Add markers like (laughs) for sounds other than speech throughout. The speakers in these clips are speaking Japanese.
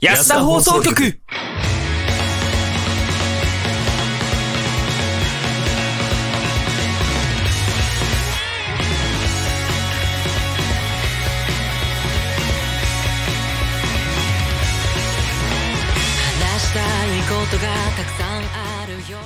安田放送局話したいことがたくさんあるよ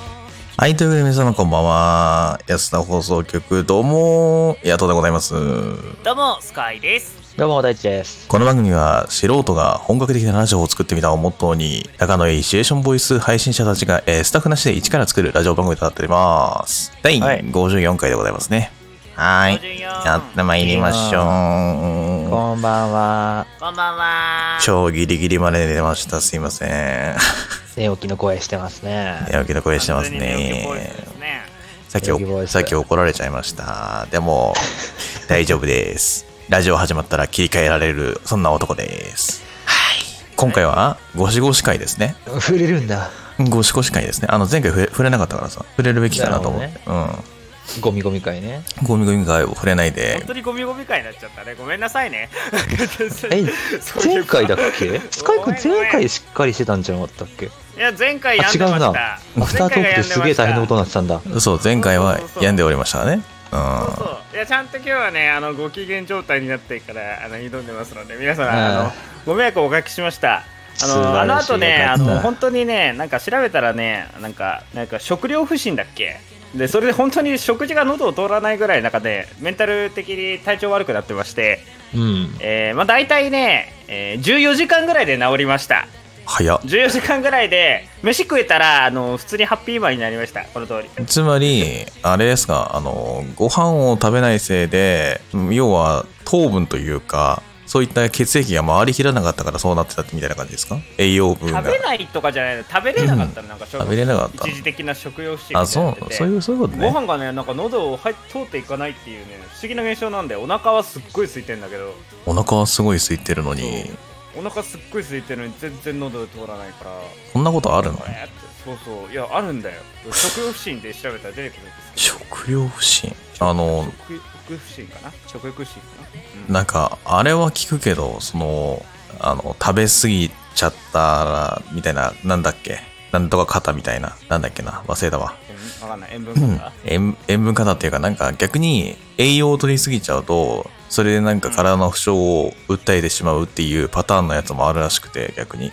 はい、ということで皆様こんばんは。安田放送局、どうも、ヤトでございます。どうも、スカイです。どうも、大地です。この番組は素人が本格的なラジオを作ってみたをモットーに、仲のいいシチュエーションボイス配信者たちが、えースタッフなしで一から作るラジオ番組となっております。第はい54回でございますね。はーい。 54やってまいりましょう。こんばんは。こんばんは。超ギリギリまで出ました。すいません。寝起きの声してますね。寝起きの声してます完全に寝起きボイスねで。すね。さっきおヨギボーイズさっき怒られちゃいました。でも、大丈夫 (laughs) です。ラジオ始まったら切り替えられる、そんな男です。はい。今回は、ゴシゴシ会ですね。触れるんだ。ゴシゴシ会ですね。あの、前回触れ触れなかったからさ、触れるべきかなと思って。なる (laughs) ゴミゴミ会ね。うん。ゴミゴミ会を触れないで本、当にゴミゴミ会になっちゃったね。ごめんなさいね。え、 (laughs) そういえば前回だっけスカイご君めん前回しっかりしてたんじゃなかったっけいや、前回やあ、ん違でまうしな。たア。フタートークってすげえ大変なことにななってたんだ。そう、前回は病んでおりましたからね。うん。そうそう。いや、ちゃんと今日はね、あの、ご機嫌状態になってから、あの、挑んでますので、皆さん、あーあの、ご迷惑をおかけしました。あ素晴らしのあの後いね、よかあったの本当にね、なんか調べたらね、なんかなんか食料不振だっけで、それで本当に食事が喉を通らないぐらい、なんかね、メンタル的に体調悪くなってまして、うん。えーまあ、大体ね、えー14時間ぐらいで治りました早っ。 14時間ぐらいで飯食えたらあの普通にハッピーマンになりましたこの通りつまり、あれですか、あの、ご飯を食べないせいで、うん要は糖分というか、そういった血液が回りきらなかったからそうなってたってみたいな感じですか栄養分が食。べないとかじゃないの食べれなかったのなんか食食べれなかった一時的な食用不振あ、そう、そういう、そういうことごね。飯がねなんか喉を入っ通っていかないっていうね不思議な現象なんでお腹はすっごい空いてんだけどお腹はすごい空いてるのに、お腹すっごい空いてるのに全然喉通らないからそんなことあるのえーってそうそういやあるんだよ食用不振で調べたら出てくるんですけど食料不振。あの、食欲不振かな食欲不振かななんか、あれは聞くけど、その、あの、食べ過ぎちゃったら、みたいな、なんだっけ。なんとか肩みたいな。なんだっけな。忘れたわ。うんわかんない塩分とか (laughs) 塩塩分過多っていうかなんか逆に栄養を取りすぎちゃうとそれでなんか体の不調を訴えてしまうっていうパターンのやつもあるらしくて逆に、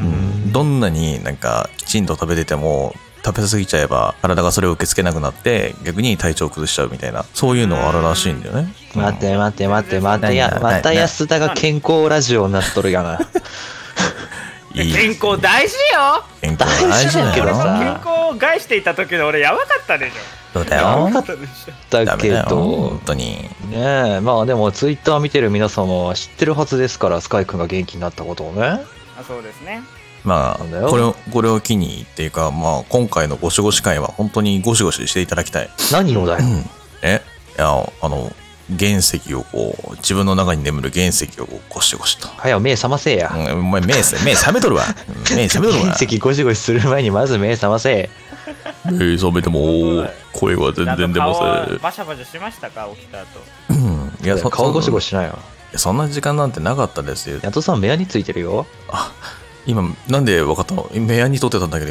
うんどんなになんかきちんと食べてても食べ過ぎちゃえば体がそれを受け付けなくなって逆に体調を崩しちゃうみたいなそういうのがあるらしいんだよね、うん待って待って待って待ってなやい、ないまた安田が健康ラジオになっとるがな。いい健康大事よ健康は大事だ大事だけよどさ健康を害していた時の俺やばかったでしょそうだやばよかったでしょだダメけだよど本、当にねえ、まあでもツイッター見てる皆様は知ってるはずですから、スカイ君が元気になったことをね。あそうですねまそうだあよこれをこれを機にっていうかまあ今回のゴシゴシ会は本当にゴシゴシしていただきたい何をだよ。えいやあの原石をこう自分の中に眠る原石をこうゴシゴシと、はよ、目覚ませや。うん、お (laughs) 前目覚め目覚めとるわうん目覚めとるわ原石ゴシゴシする前にまず目覚ませ。目覚めても声は全然出まあとせ顔んバシャバシャしましたか起きた後うんいやそ顔ゴシゴシシしなよ。そんな時間なんてなかったですよヤトさん、目についてる (laughs) よ。今なんで分かったの目やに撮ってたんだけど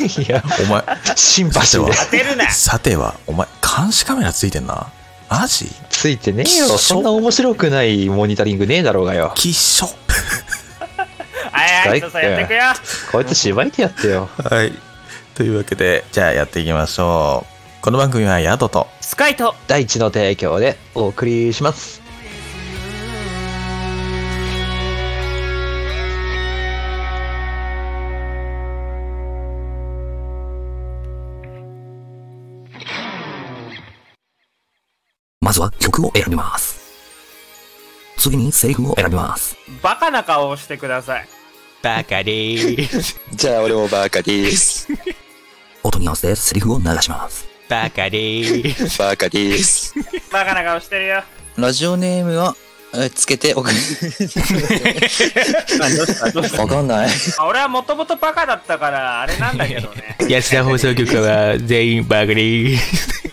今いや、お (laughs) 前シンパシーで。当 (laughs) てるなさてはお前監視カメラついてんなマジついてねえよ。きっしょそんな面白くないモニタリングねえだろうがよ。きっしょはいはい人さんやってくよこいつしばいてやってよ。はいというわけでじゃあやっていきましょうこの番組は宿とスカイと (laughs) 第一の提供でお送りします。まずは曲を選びます。次にセリフを選びます。バカな顔をしてくださいバカでーす。じゃあ、俺もバカです。音に合わせてセリフを流します。バカでー (laughs) す。バカです。バカな顔してるよラジオネームは、えつけておく。わかんない。あ俺はもともとバカだったからあれなんだけど (laughs) ね安田放送局は全員バカでーす。 「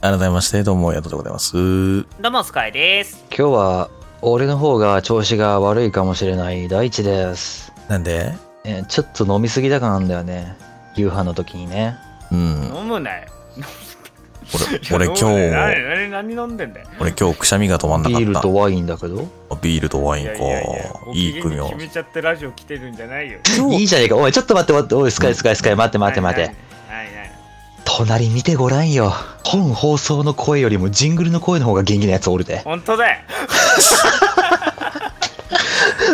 改めまして、どうもありがとうございます。どうも、スカイです。今日は俺の方が調子が悪いかもしれない大地です、なんでねちょっと飲みすぎたかなんだよね夕飯の時にねうん。飲むなよ。俺、俺いや飲むな今日、よ何何何飲んでんだよ。俺今日くしゃみが止まんなビかールったと。ワインだけどあビールとワイいンやかいやいや。ご。機いい嫌組み合にわ決せ。めちゃってラジオ来てるんじゃないよ。いいじゃねえかおいちょっと待って待っておいスカイスカイスカイ待って待って待ってはいはい。はいはい隣見てごらんよ本放送の声よりもジングルの声の方が元気なやつおるで本当だよ。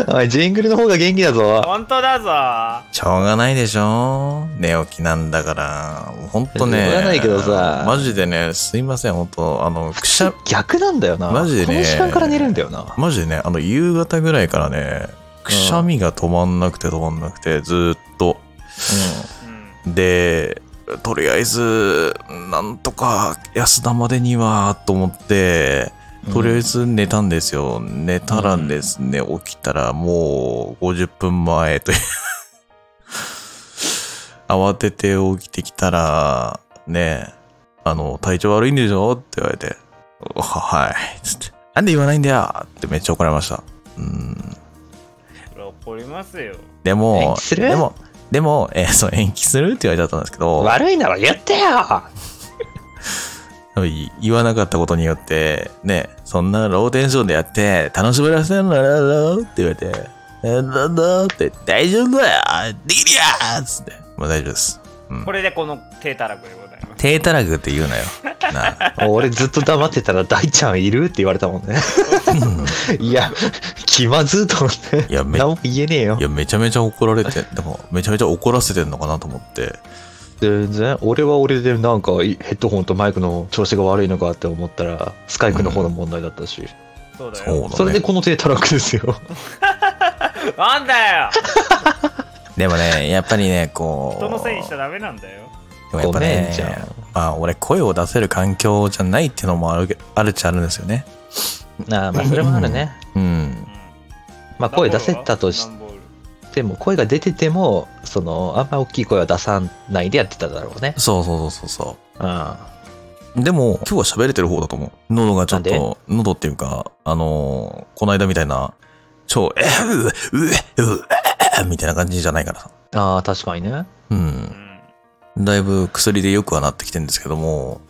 おいジングルの方が元気だぞ本当だぞ。しょうがないでしょ寝起きなんだから。もうほんとね。しょうがないけどさマジでね、すいません、ほんと。あの、くしゃ、逆なんだよなマジでねこの時間から寝るんだよなマジでね、あの、夕方ぐらいからね、くしゃみが止まんなくて止まんなくて、ずーっと。うん。で、とりあえず、なんとか安田までには、と思って、とりあえず寝たんですよ。寝たらですね、起きたらもう50分前という。 (laughs) 慌てて起きてきたら、ね、あの、体調悪いんでしょって言われて、は、はい。つって、なんで言わないんだよってめっちゃ怒られました。うん。それは怒りますよ。でも、延期するでも、でも、えーそう、延期するって言われちゃったんですけど、悪いなら言って (laughs) よい言わなかったことによって、ね、そんなローテンションでやって、楽しめらせるのだろうって言われて、なんだって、大丈夫だよできるよっつって。まあ大丈夫です。うんこ。れでこの低たらくでございます。低たらくって言うなよ。なあ。俺ずっと黙ってたら大ちゃんいるって言われたも (laughs) んねいや気まずいと思っていやめ何も言えねえよいや、めちゃめちゃ怒られて、でも、めちゃめちゃ怒らせてんのかなと思って。全然俺は俺でなんかいヘッドホンとマイクの調子が悪いのかって思ったらスカイ君の方の問題だったし、そうだそうよ。そだれねで。この手たらくです (laughs) よなんだ (laughs) よ。でもね、やっぱりね、こう。人のせいにしちゃダメなんだよ。でもやっぱごめんじゃねん、まあ、俺、声を出せる環境じゃないっていうのもある、あるっちゃあるんですよね。なあまあそれもあるねうん。まあ声出せたとし段ボールはても声が出ててもそのあんま大きい声は出さないでやってただろうねそうそうそうそうそう。うんあでも、今日は喋れてる方だと思う。喉がちょっなんと、喉っていうか、あのーこの間みたいな、超、えううううえみたいな感じじゃないからさ。あ確かにねう段ボールん。だいぶ薬でよくはなってきてるんですけども、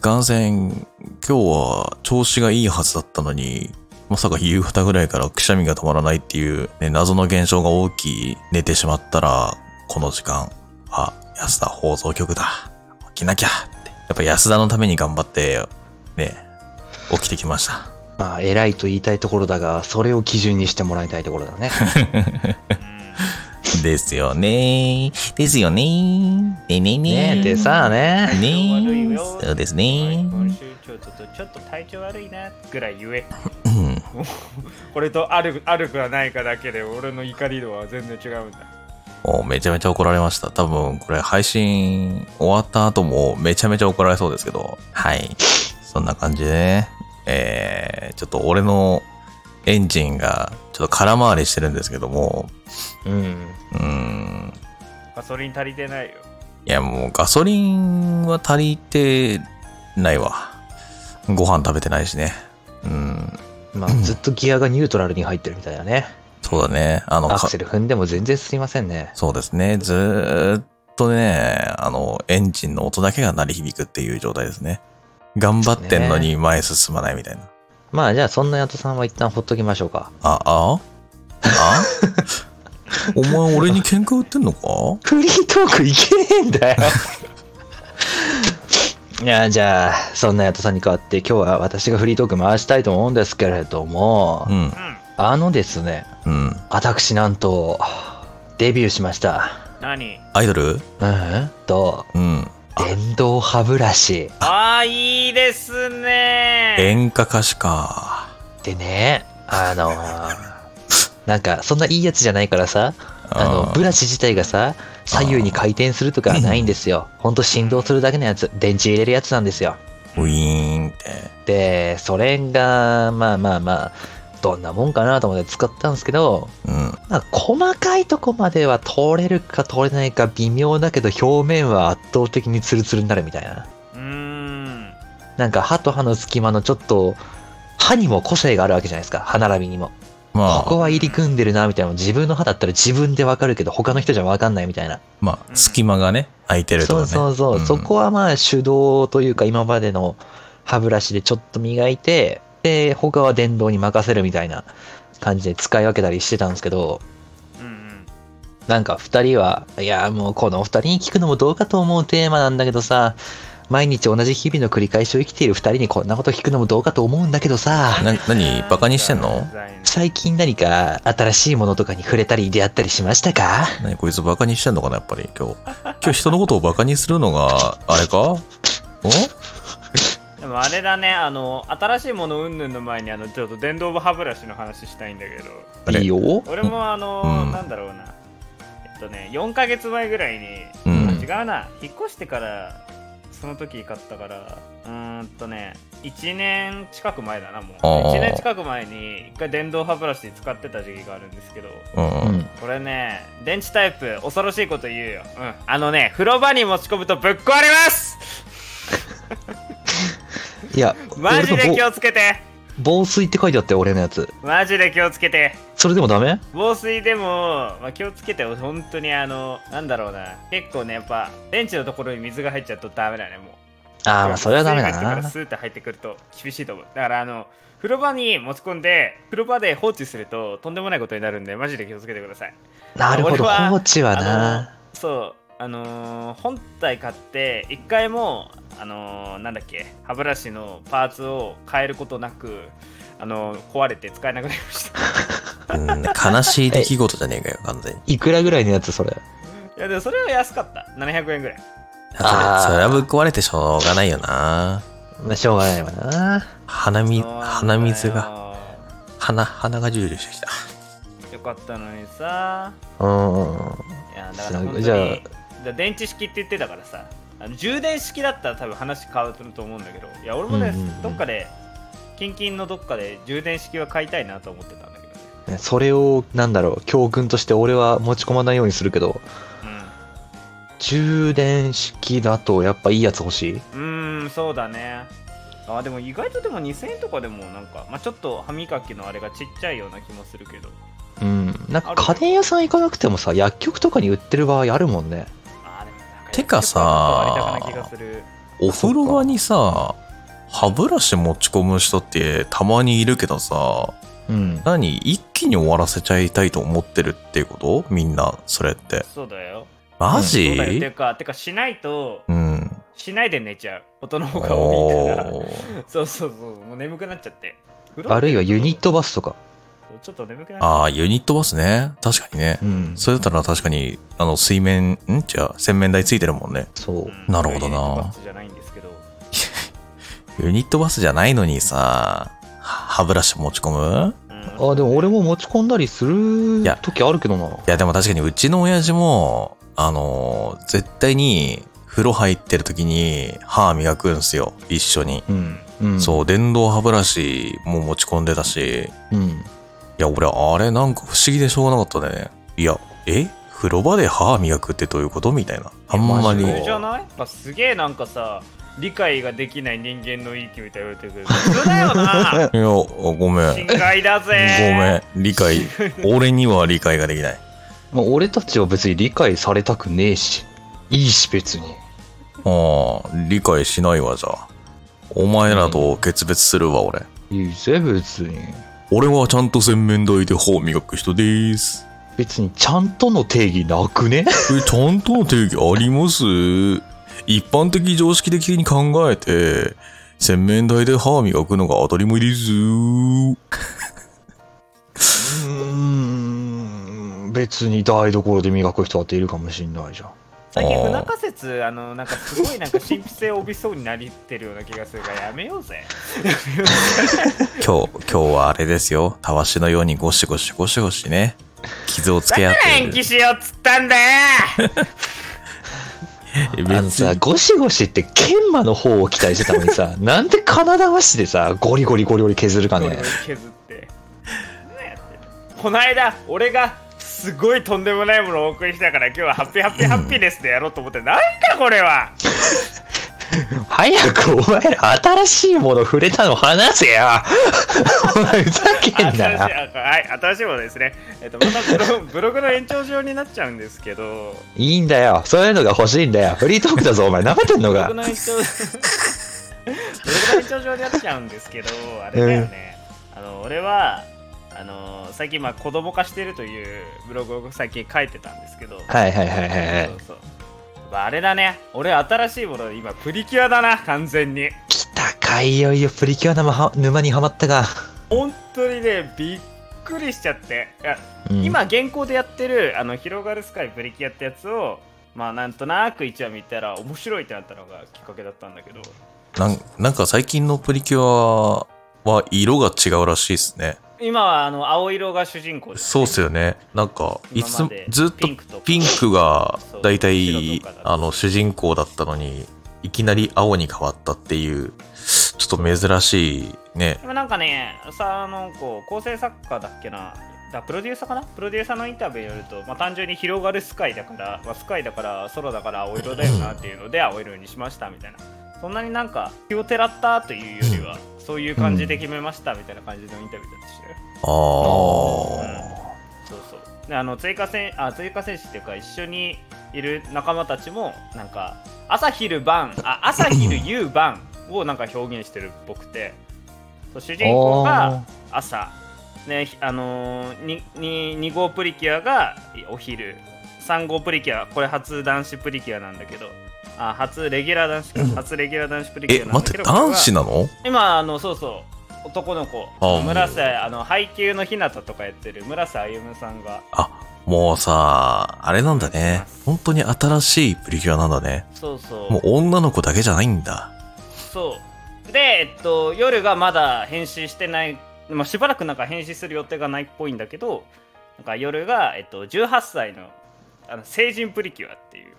感染、今日は調子がいいはずだったのに、まさか夕方ぐらいからくしゃみが止まらないっていう、ね、謎の現象が大きい、寝てしまったら、この時間、あ、安田放送局だ。起きなきゃって。やっぱ安田のために頑張って、ね、起きてきました。まあ偉いと言いたいところだがそれを基準にしてもらいたいところだ (laughs) ねですよねですよねねねねねえでさあねねねそうですうんね今週ちょっとちょっと体調悪いなぐらい言え。うん。これとあるあるかないかだけで俺の怒り度は全然違うんだ。もうめちゃめちゃ怒られました。多分これ配信終わった後もめちゃめちゃ怒られそうですけど。はい。そんな感じでね。えー、ちょっと俺のエンジンがちょっと空回りしてるんですけども。うんうーん。ガソリン足りてないよ。いやもうガソリンは足りてないわ。ご飯食べてないしね。うん。まあずっとギアがニュートラルに入ってるみたいだねそうだね。あの、アかクセル踏んでも全然すいませんねそうですね。ずーっとね、あの、エンジンの音だけが鳴り響くっていう状態ですね。頑張ってんのに前進まないみたいな。まあじゃあそんなヤトさんは一旦ほっときましょうかあ、あ (laughs) あお前俺に喧嘩売ってんのかフリートークいけねえんだよ (laughs) いやじゃあそんなヤトさんに代わって今日は私がフリートーク回したいと思うんですけれども、うん。あのですねうん。私なんとデビューしました何アイドルうんとうん。電動歯ブラシああ、いいですね演歌歌手か。でねあのーなんかそんないいやつじゃないからさあのあーブラシ自体がさ左右に回転するとかはないんですよほんと振動するだけのやつ電池入れるやつなんですよウィーンって。でそれがまあまあまあどんなもんかなと思って使ったんですけど、うん。まあ、細かいとこまでは通れるか通れないか微妙だけど表面は圧倒的にツルツルになるみたいなうーん。なんか歯と歯の隙間のちょっと、歯にも個性があるわけじゃないですか。歯並びにも。まここあ、は入り組んでるな、みたいなの。自分の歯だったら自分でわかるけど、他の人じゃわかんないみたいな。まあ、隙間がね、空いてるとかそね。うそうそう、んそこはまあ手動というか今までの歯ブラシでちょっと磨いてで他は電動に任せるみたいな感じで使い分けたりしてたんですけどうんうんなんか2人はいやもうこの2人に聞くのもどうかと思うテーマなんだけどさ毎日同じ日々の繰り返しを生きている2人にこんなこと聞くのもどうかと思うんだけどさな、何、バカにしてんの最近何か新しいものとかに触れたり出会ったりしましたか何こいつバカにしてんのかな、やっぱり今日。今日人のことをバカにするのが、あれかおでもあれだね、あの、新しいもの云々の前に、あの、ちょっと電動歯ブラシの話したいんだけど、あれいいよ俺もあの、うんなんだろうな、えっとね、4ヶ月前ぐらいに、うん。違うな、引っ越してから、その時買ったから、うーんとね、1年近く前だな、もう。あー1年近く前に、一回電動歯ブラシ使ってた時期があるんですけど、う。うんんこれね、電池タイプ、恐ろしいこと言うよ。うん。あのね、風呂場に持ち込むとぶっ壊れますいやマジ俺での気防をつけて防水って書いてあったよ俺のやつマジで気をつけてそれでもダメ防水でも、まあ、気をつけて本当にあのなんだろうな結構ねやっぱ電池のところに水が入っちゃうとダメだねもうああ、まあ、それはダメだ水がしてかなら。スーッと入ってくると厳しいと思うだからあの風呂場に持ち込んで風呂場で放置するととんでもないことになるんでマジで気をつけてくださいなるほど、俺は放置はあな。のそうあのー本体買って一回もあのーなんだっけ歯ブラシのパーツを変えることなくあのー壊れて使えなくなりました (laughs) うん悲しい出来事じゃねえかよ、完全に。いくらぐらいのやつ、それ。いやでもそれは安かった700円ぐらいそれあーそれはぶっ壊れてしょうがないよな。まあ、しょうがないわな。鼻水、そうなんだよ鼻水が、鼻、鼻がジュルジュルしてきた。よかったのにさういやだから本当にじじゃあゃあ電池式って言ってたからさあの充電式だったら多分話変わると思うんだけどいや俺もね、うんうんうんどっかでキンキンのどっかで充電式は買いたいなと思ってたんだけどねん。それを、なんだろう、教訓として俺は持ち込まないようにするけど、充電式だとやっぱいいやつ欲しい。うんうーんそうだねあでも意外とでも2000円とかでもなんか、まあ、ちょっと歯磨きのあれがちっちゃいような気もするけどうん。なんか家電屋さん行かなくてもさ、薬局とかに売ってる場合あるもんね。あーでもなんかてかさちょっと割高な気がするお風呂場にさ、歯ブラシ持ち込む人ってたまにいるけどさ、うん。何一気に終わらせちゃいたいと思ってるっていうことみんな、それって。そうだよマそうだよてジかてかしないとうん。しないで寝ちゃうことの方が多いからおーそうそうそうもう眠くなっちゃってあるいはユニットバスとか。ちょっと眠くなっちゃああ、ユニットバスね。確かにねう。ん。それだったら確かに、あの、水面、んじゃあ、洗面台ついてるもんね。そうう。うんなるほどなユニットバスじゃないんですけどユニットバスじゃないのにさ、歯ブラシ持ち込むあ、でも俺も持ち込んだりするいや時あるけどな。いや、でも確かにうちの親父も、あのー絶対に、風呂入ってる時に歯磨くんすよ。一緒に。うん。うん。そう、電動歯ブラシも持ち込んでたし、う。うん。いや、俺、あれなんか不思議でしょうがなかったね。いや、え風呂場で歯磨くってどういうことみたいな。あんまりい普やマ。通じゃないまあすげえなんかさ理解ができない人間のいい気みたいに言われてるけど普通だよ (laughs) ないや、ごめん。心外だごめぜん。理解。俺には理解ができない。まあ、俺たちは別に理解されたくねえし、いいし別に。ああ、理解しないわ、じゃあ。お前らと決別するわ、俺。いいぜ別に。俺はちゃんと洗面台で歯を磨く人でーす。別にちゃんとの定義なくねえ、ちゃんとの定義あります一般的常識的に考えて、洗面台で歯磨くのが当たり前です。うーん、別に台所で磨く人だっているかもしんないじゃん。最近あー不仲説あのなんかすごいなんか神秘性を帯びそうになりってるような気がするからやめようぜ今日、今日はあれですよ。たわしのようにゴシゴシゴシゴシね。傷をつけ合っ延て期しようっつったんだよる。あの別さ、にゴシゴシって研磨の方を期待してたのにさ、なんで金沢市でさ、ゴリゴリゴリゴリ削るかこれねを。削って何やってんのこの間俺がすごいとんでもないものをお送りしたから今日はハッピーハッピーハッピーですでやろうと思って、なんだこれは早くお前ら新しいもの触れたの話せやお前ふざけ新んしいなよあはい、新しいものですね。えっと、またブロブログの延長上になっちゃうんですけど、いいんだよそういうのが欲しいんだよフリートークだぞお前舐めてんのブロがグの延長ブログの延長上になっちゃうんですけど、あれだよね。あの俺はあの最近、まあ、子供化してるというブログを最近書いてたんですけど、はいはいはいはいはいそうそうまああれだね、俺、新しいもの、今、プリキュアだな、完全に。来たかいよいよプリキュアの沼にはまったが、本当にね、びっくりしちゃって。いやうん今現行でやってる「あの広がるスカイプリキュア」ってやつをまあなんとなく一話見たら面白いってなったのがきっかけだったんだけどなんなんか最近のプリキュアは色が違うらしいですね。今はあの青色が主人公です、そうっすよね。なんか、いつ今まもでずっとピンクとかピンクがそう大白体とかだ、とあの、主人公だったのに、いきなり青に変わったっていう、ちょっと珍しいねで。もなんかねさあのこう構成作家だっけなだプロデューサーかなプロデューサーのインタビューによると、まあ、単純に広がるスカイだから、まあ、スカイだから空だから青色だよなっていうので青色にしましたみたいなそんなになんか気をてらったというよりはそういう感じで決めましたみたいな感じのインタビューだったしね、ああ。そうそうであの追加戦あ追加戦士っていうか一緒にいる仲間たちもなんか朝昼晩 (clears throat) あ朝昼夕晩をなんか表現してるっぽくてそう主人公が朝ねひあのー、にに2号プリキュアがいお昼3号プリキュアこれ初男子プリキュアなんだけどあ初レギュラー男子か初レギュラー男子プリキュえ、アなん待っだけて、ど男子なの今あのそうそう男の子あもう村瀬あの配給の日向とかやってる村瀬歩さんがもうさ、あれなんだね。本当に新しいプリキュアなんだね。そうそうもう女の子だけじゃないんだ。そうでえっと夜がまだ編集してない、まあ、しばらくなんか編集する予定がないっぽいんだけどなんか夜が、えっと、18歳のあの成人プリキュアっていう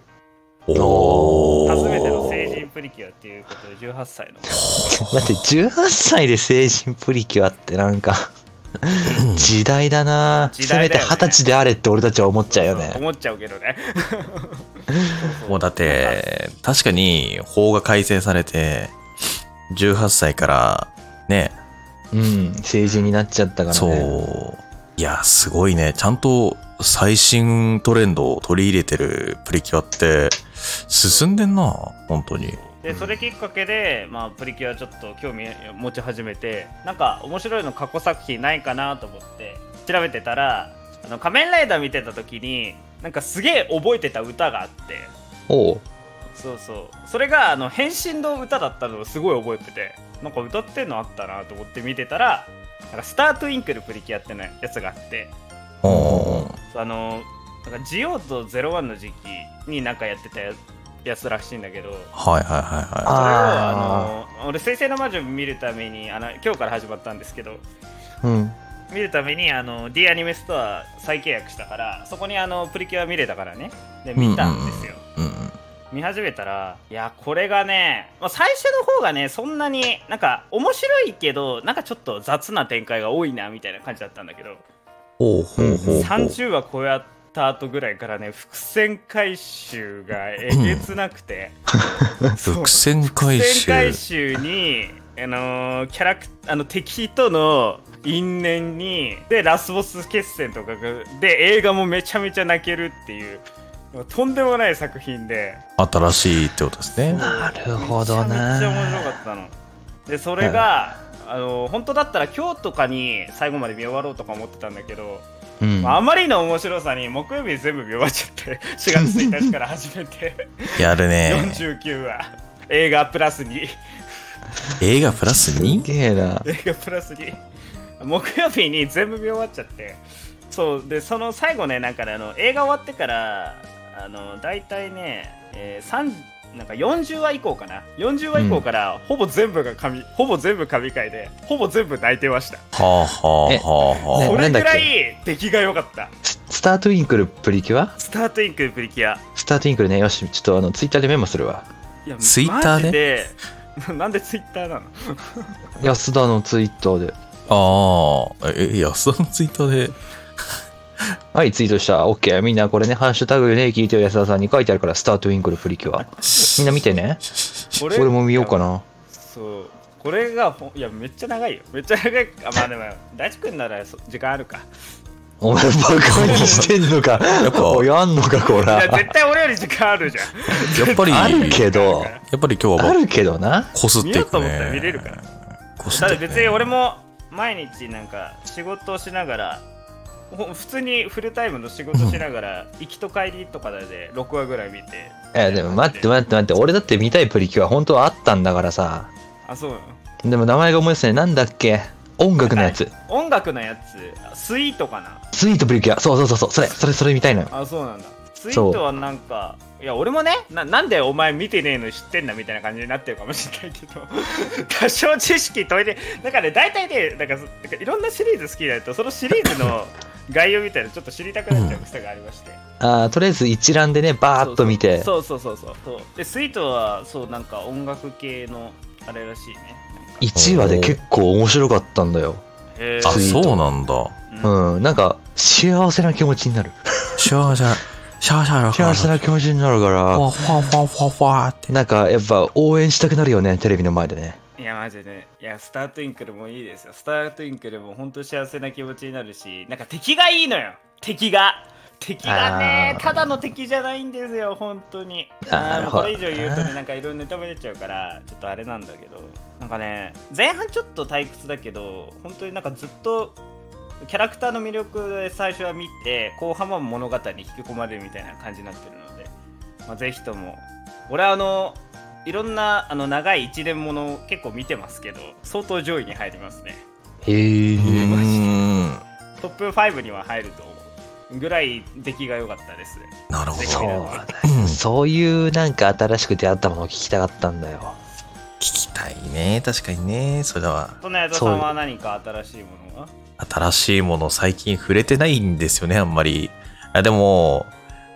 お初めての成人プリキュアっていうことで18歳のだって18歳で成人プリキュアってなんか時代だな時せ代めだてよね二十歳であれって俺たちは思っちゃうそようそうね思っちゃうけどね (laughs) そうもうだって、確かに法が改正されて、18歳から、ね、うん成人になっちゃったからねそう。いや、すごいね。ちゃんと最新トレンドを取り入れてるプリキュアって、進んでんな、本当に。でそれきっかけで、まあ、プリキュアちょっと興味持ち始めてなんか面白いの過去作品ないかなと思って調べてたら「あの仮面ライダー」見てた時になんかすげえ覚えてた歌があっておうそうそうそれがあの変身の歌だったのをすごい覚えててなんか歌ってんのあったなと思って見てたらなんかスター・トゥインクルプリキュアってのやつがあってうん。あのなんかジオとゼロワンの時期になんかやってたややつらしいんだけどはいはいはいはそれをああの俺「水星の魔女」見るためにあの今日から始まったんですけどうん見るためにあの D アニメストア再契約したからそこにあのプリキュア見れたからねで見たんですよ、い。うん。見始めたらいやこれがね、まあ、最初の方がねそんなになんか面白いけどなんかちょっと雑な展開が多いなみたいな感じだったんだけどほうほうほうほう。 30話超えた後ぐらいからね伏線回収がえげつなくてそう伏線回伏線収。回収に、あのーキャラクあの敵との因縁にでラスボス決戦とかがで映画もめちゃめちゃ泣けるっていうとんでもない作品で新しいってことですね。なるほどなめちゃめちゃ面白かったのでそれが、あのー本当だったら今日とかに最後まで見終わろうとか思ってたんだけど、うんまああまりの面白さに木曜日全部見終わっちゃって4月1日から始め (laughs) てやるね。 49話映画プラスに映画プラス 2? すげえな映画プラスに (laughs) 木曜日に全部見終わっちゃってそうでその最後ねなんかねあの映画終わってからあの大体ね、えー三なんか40話以降かな40話以降から、ほぼ全部が神ほぼ全部神回でほぼ全部泣いてましたはあはあはあはえそれなんだっぐけらい出来が良かったススタートゥインクルプリキュアスタートインクプリキュアスタートゥインクルねよしちょっとあのツイッターでメモするわいやツイッターねマジで (laughs) なんでツイッターなの安田のツイッターであ。ああ。え、安田のツイッターで。はい、ツイートした。OK。みんなこれね、ハッシュタグね、聞いてる安田さんに書いてあるから、スタートウィンクルプリキュア。みんな見てね。こ俺も見ようかな。そうこれがほんいやめっちゃ長いよめっちゃ長いあまあでも大地君ならそ時間あるかお前バカにしてんのか。やっぱやんのか、こいらや。絶対俺より時間あるじゃんやっぱり、あるけど、やっぱり今日あはるけどな。こすってい見ようとく思ったらね。見れるからこすだっっていてくね別に俺も毎日なんか仕事をしながらほん普通にフルタイムの仕事しな (laughs) がら行きと帰りとかで6話ぐらい見てえ、でも待って待って待って、俺だって見たいプリキュア本当はあったんだからさ。あそうなのでも名前が思い出せない。なんだっけ音楽のやつ。音楽のやつあスイートかなスイートプリキュア。そうそうそうそう。それ、それ、それ見たいのよ。あそうなんだツイそうートはなんかいや俺もねななんでお前見てねえの知ってんだみたいな感じになってるかもしれないけど (laughs) 多少知識解いてだからね大体ねなんかそなんかいろんなシリーズ好きだとそのシリーズの概要みたいなのちょっと知りたくなっちゃう癖がありまして、あーとりあえず一覧でね、バーっと見て。そうそうそうそうそうでスイートはそうなんか音楽系のあれらしいねなんか1話で結構面白かったんだよ。へあ、ーそうなんだ。うん。なんか、幸せな気持ちになる。シャーシャー、シャーシャー幸せな気持ちになるかふら、わふわふわふわふわって。なんかやっぱ応援したくなるよね、テレビの前でね。いやマジでいやスタートゥインクルもいいですよスタートゥインクルも本当幸せな気持ちになるしなんか敵がいいのよ敵が敵がねあーただの敵じゃないんですよ本当にあーなるーほどこれ以上言うとねなんかいろいろネタバレ出ちゃうからちょっとあれなんだけどなんかね前半ちょっと退屈だけど本当になんかずっとキャラクターの魅力で最初は見て後半は物語に引き込まれるみたいな感じになってるので、まあ、ぜひとも俺はあのいろんなあの長い一連ものを結構見てますけど相当上位に入りますねへえうーん。トップ5には入ると思うぐらい出来が良かったですなるほそうど。だよそういうなんか新しく出会ったものを聞きたかったんだよ。聞きたいね。確かにね。それは、そんな矢田さんは何か新しいものは新しいもの最近触れてないんですよね、あんまり。あでも、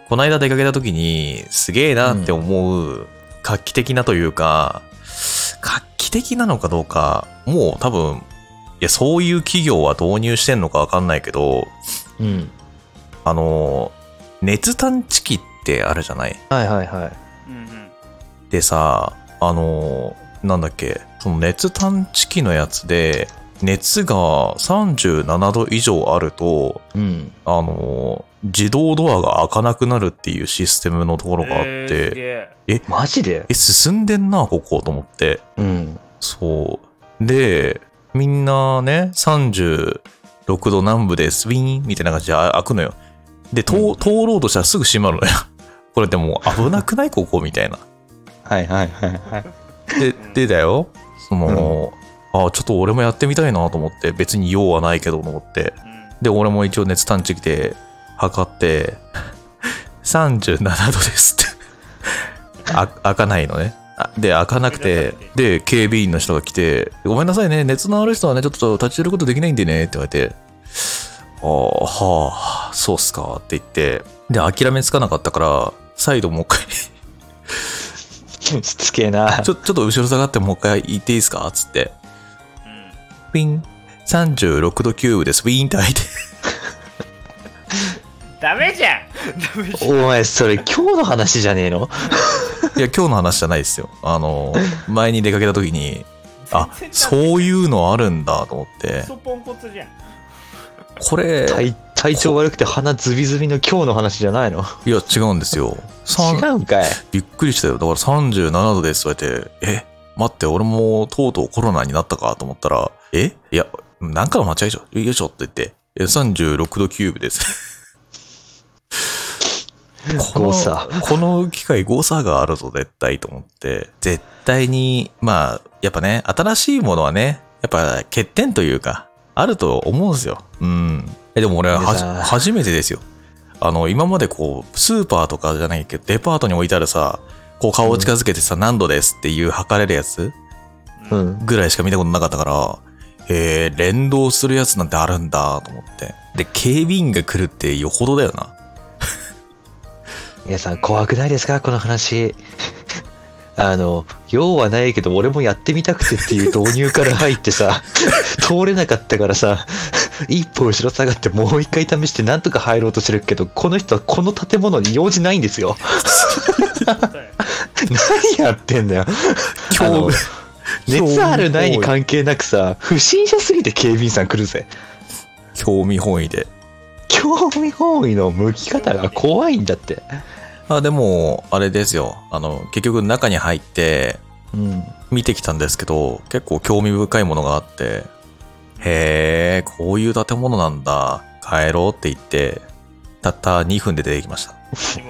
この間出かけた時に、すげえなって思う、画期的なというか、画期的なのかどうか、もう多分、いや、そういう企業は導入してんのかわかんないけど、うん。あの、熱探知機ってあるじゃないはいはいはい。うんうんでさ、あの、なんだっけ、その熱探知機のやつで、熱が37度以上あると、うん。あの、自動ドアが開かなくなるっていうシステムのところがあっえーすげて、えマジでえ、進んでんな、ここ、と思って。うん。そう。で、みんなね、36度南部でスウィーンみたいな感じで開くのよ。で、通通ろうとしたらすぐ閉まるのよ。 (laughs) これでもう危なくないここみたいな。はいはいはいはい。で、でだよ。その、あちょっと俺もやってみたいなと思って、別に用はないけどと思って。うんで、俺も一応熱探知機で測って、37度ですって。あ開かないのね。あで、開かなくて、で、警備員の人が来て、ごめんなさいね、熱のある人はね、ちょっと立ち寄ることできないんでね、って言われて、ああ、はあ、そうっすか、って言って、で、諦めつかなかったから、再度もう一回しつけえな。ちょ、ちょっと後ろ下がってもう一回行っていいですかつって。ウィン。36度キューブです。ウィーンって開いて。ダメじゃん (laughs) ダメじゃんお前それ今日の話じゃねえのいや、今日の話じゃないですよ。あの、前に出かけた時に、あ全、然ダメそういうのあるんだと思ってク、ソポンコツじゃんこれ、い体体調悪くて鼻ズビズビの今日の話じゃないのや、違うんですよ。さん違うんかい。びっくりしたよ。だから37度ですとか言って、え、待って、俺もとうとうコロナになったかと思ったら、えいや、なんかの間違いでしょ。よいしょって言って、え36度キューブです。この誤差この機械誤差があるぞ、絶対と思って。絶対に、まあ、やっぱね、新しいものはね、やっぱ欠点というか、あると思うんですよ。うん。え、でも俺ははじでさ初めてですよ。あの、今までこう、スーパーとかじゃないけど、デパートに置いてあるさ、こう顔を近づけてさ、何度ですっていう測れるやつうん。ぐらいしか見たことなかったから、へえ、連動するやつなんてあるんだと思って。で、警備員が来るってよほどだよな。皆さん怖くないですかこの話 (laughs) あの用はないけど俺もやってみたくてっていう導入から入ってさ (laughs) 通れなかったからさ一歩後ろ下がってもう一回試してなんとか入ろうとしてるけどこの人はこの建物に用事ないんですよそうだよ (laughs) 何やってんだよ。あの興味熱あるないに興味関係なくさ、不審者すぎて警備員さん来るぜ。興味本位で。興味本位の向き方が怖いんだって。あ、でも、あれですよ。あの、結局中に入って、うん。見てきたんですけど、結構興味深いものがあって、へえ、こういう建物なんだ。帰ろうって言って、たった2分で出てきました。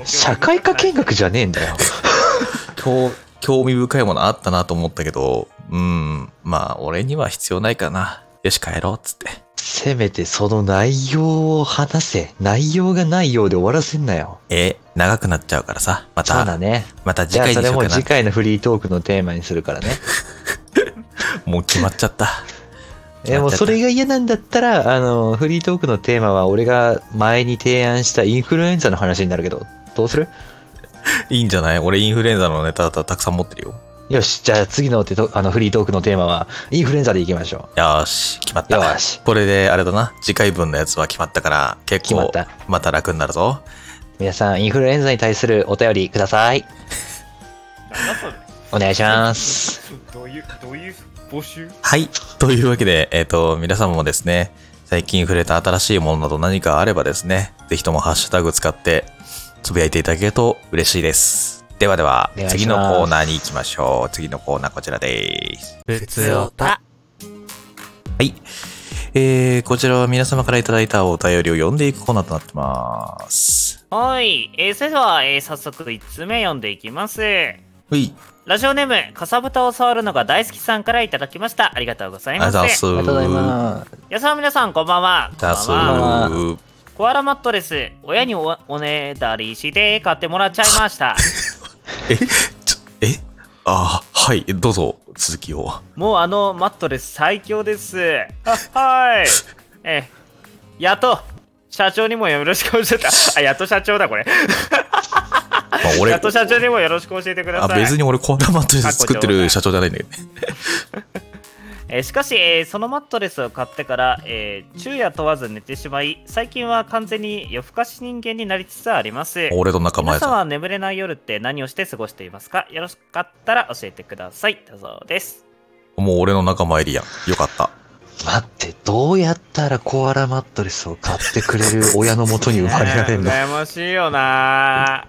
社会科見学じゃねえんだよ。興興味深いものあったなと思ったけど、うん、まあ、俺には必要ないかな。よし、帰ろうっつって。せめてその内容を話せ。内容がないようで終わらせんなよ。え、長くなっちゃうからさ。まそうだた、ね。またじ次ゃあ回そにしれようもかな次。回のフリートークのテーマにす (laughs) るからね。もう決まっちゃった。 (laughs) えもうそれが嫌なんだったら、あの、フリートークのテーマは俺が前に提案したインフルエンザの話になるけど、どうするいいんじゃない俺インフルエンザのネタたたくさん持ってるよ。よし、じゃあ次のテトあのフリートークのテーマはインフルエンザでいきましょよーし、決まった。よーしこれで、あれだな。次回分のやつは決まったから、結構決まっ、また楽になるぞ。う。皆さん、インフルエンザに対するお便りください。なんだそれお願いします。どういうどういう募集はい。というわけで、えっ、と、皆様もですね、最近触れた新しいものなど何かあればですね、ぜひともハッシュタグ使って、つぶやいていただけると嬉しいです。ではではお願、いします次のコーナーに行きましょう。次のコーナーこちらです。つおた。はい。えー、こちらは皆様からいただいたお便りを読んでいくコーナーとなってます。はい、えーそれでは、えー早速1つ目読んでいきますうい。ラジオネームかさぶたを触るのが大好きさんからいただきましたありがとうござあいりがまとうございますす。ありがとうございま皆さん皆さんこんばんはこんばんはだはそう。コアラマットレス親におおねだりして買ってもらっちゃいましたえ、ちょ、えあー、はい。どうぞ、続きを。もうあのマットレス最強ですあはいえー、やっと社長にもよろしく教えてあやっと社長だこれまあ、 (laughs) やっと社長にもよろしく教えてくだあさい別に俺コアラマットレス作ってる社長じゃないんだけどねえーしかし、えーそのマットレスを買ってから、えー昼夜問わず寝てしまい最近は完全に夜更かし人間になりつつあります俺と仲間皆やさんぞは眠れない夜って何をして過ごしていますかよろしかったら教えてくださいだそうですもう俺の仲間入りやんよかったす。待って、どうやったらコアラマットレスを買ってくれ (laughs) る親の元に生まれられるの羨ましいよな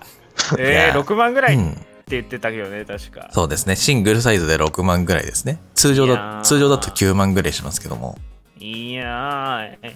えーいや6万ぐらういってん言ってたけどね確かそうですねシングルサイズで6万ぐらいですね通常いやだー通常だと9万ぐらいしますけどもいやー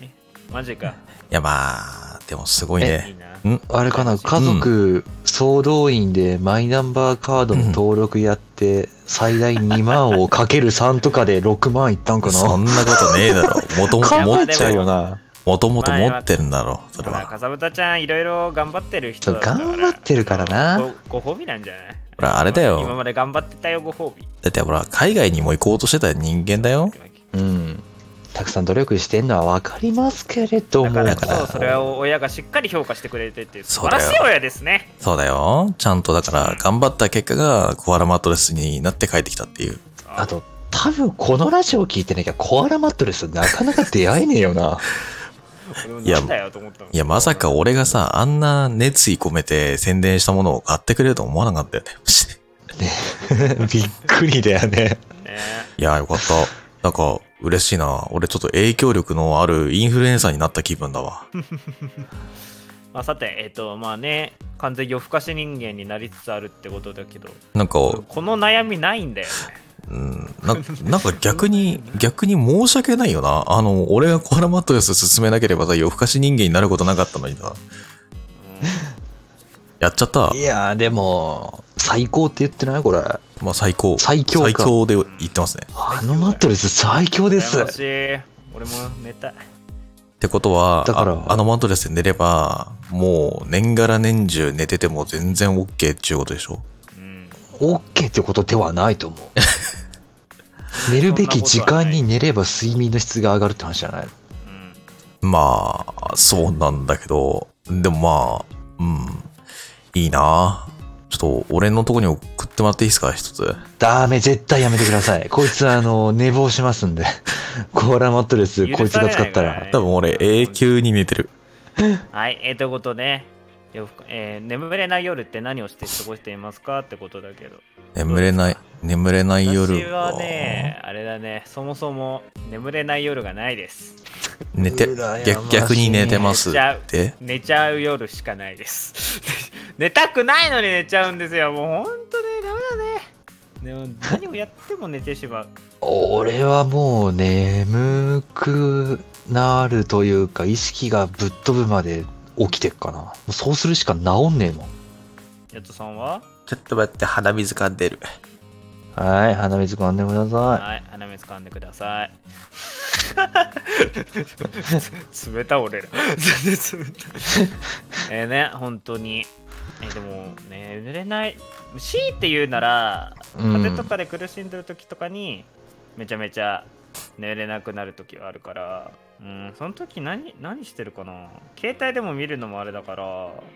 マジかいやまあでもすごいいいねなうんあれかな、家族総動員でマイナンバーカードの登録やって、最大2万をかける3とかで6万いったんかそな。んなことねえだ (laughs) ろもともとか持ぶっっちゃうよな。もともと持ってるんだろそれまあはかさぶたちゃんいろいろ頑張ってる人そうだから頑張ってるからな。ごご褒美なんじゃないほらあれだよ今まで頑張ってたよご褒美だってほら海外にも行こうとしてた人間だようん。たくさん努力してんのはわかりますけれどだも。からだからそうそれを親がしっかり評価してくれてっていう素そう晴だらよしい親ですねそうだよちゃんとだから頑張った結果がコアラマットレスになって帰ってきたっていうあと、多分このラジオ聞いてなきゃコアラマットレスなかなか出会えねえよな。俺もいやなんだよと思ったのいや、まさか俺がさ、あんな熱意込めて宣伝したものを買ってくれると思わなかったよね。 (laughs) (laughs) びっくりだよね。ねいや、よかった。なんか、嬉しいな。俺ちょっと影響力のあるインフルエンサーになった気分だわ。まあさてえっ、とまあね完全夜更かし人間になりつつあるってことだけどなんか、この悩みないんだよねうん、ななんか逆に、逆に申し訳ないよな。あの、俺がコアラマットレス進めなければさ、夜更かし人間になることなかったのにさ。やっちゃったい。やーでも、最高って言ってないこれ。あまあ最高。最強か最強で言ってますね。のマットレス最強です。羨ましい俺も寝たいってことはだからああのマットレスで寝ればもう年がら年中寝てても全然 OK っていうことでしょうん、 OK ってことではないと思う。寝るべき時間に寝れば睡眠の質が上がるって話じゃないうん、まあそうなんだけどでもまあうんいいなちょっと俺のとこに送ってもらっていいですか一つダメ、絶対やめてください。こいつ、あの、寝坊しますんで。コーラマットレス、こいつが使っ許されないたからら。ね多分俺永久に寝てるはいえーということで夜更かえー眠れない夜って何をして過ごしていますかってことだけど眠れない、眠れない夜私はねあれだねそもそも眠れない夜がないです寝て、逆逆に寝てますじゃあって。寝ちゃう夜しかないです (laughs) 寝たくないのに寝ちゃうんですよもうほんとねダメだねでも何をやっても寝てしまう俺はもう眠くなるというか意識がぶっ飛ぶまで起きてっかなもうそうするしか治んねえもんやとさんはちょっと待って、鼻水が出る。はい鼻水ごんでくださはい、鼻水噛んでください。冷た俺ら。全然冷たい。えーね、本当に。えーでもね、寝れない。強いて言うなら、い、うん風邪とかで苦しんでる時とかに、めちゃめちゃ寝れなくなる時はあるから、うん、その時何何してるかな携帯でも見るのもあれだから、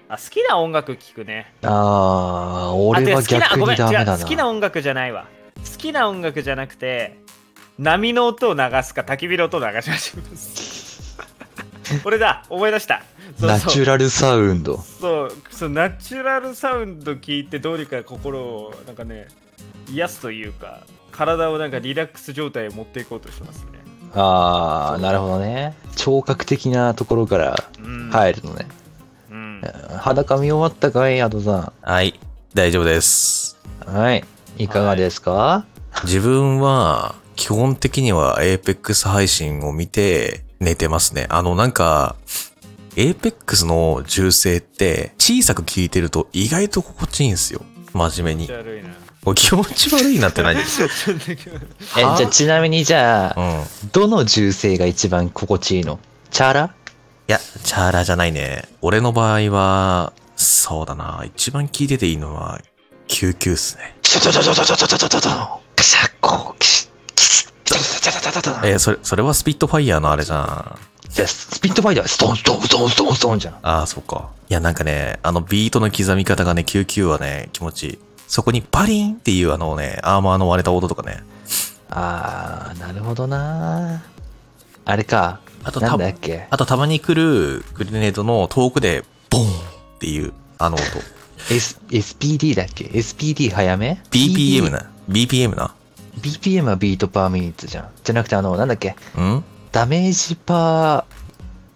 あ、好きな音楽聴くね。あー俺あ違はう好きな逆ごめにんダメだな違う好きな音楽じゃないわ好きな音楽じゃなくて波の音を流すか焚き火の音を流しましょ (laughs) う俺だ思い出したそうナチュラルサウンドそうそうナチュラルサウンド聞いてどうにか心をなんかね癒すというか体をなんかリラックス状態へ持っていこうとしてますねああなるほどね聴覚的なところからうんい、入るのね、うん、裸見終わったかいアドさはい、大丈夫です。んはいいかがですか、自分は、基本的には APEX 配信を見て寝てますね。あの、なんか、APEX の銃声って小さく聞いてると意外と心地いいんですよ。真面目に気持ち。悪いなお気持ち悪いなって何うん。ちょっと気持ち悪いえじゃあちなみにじゃあいどの銃声が一番心地いいのチャラや、チャーラじゃないね。俺の場合は、そうだな。一番聞いてていいのは、救急っすね。シャチャチャチャチャチャチャチャチャチャカシャッコキシッキシッチャチャチャチャチャチャチャえーそれ、それはスピットファイヤーのあれじゃん。じゃあスピットファイターストンストンストンストンストンじゃんああ、そうか。いや、なんかね、あのビートの刻み方がね、99はね、気持ちいい。そこにパリンっていうあのね、アーマーの割れた音とかね。あーなるほどなあれかあとな多んだ分っ、けあとたまに来るグレネードの遠くで、ボンっていう、あの音。 S SPD だっけ SPD 早め BPM な。BPM な。 BPM はビートパーミニッツじゃんじゃなくてあのなんだっけうんダメージパ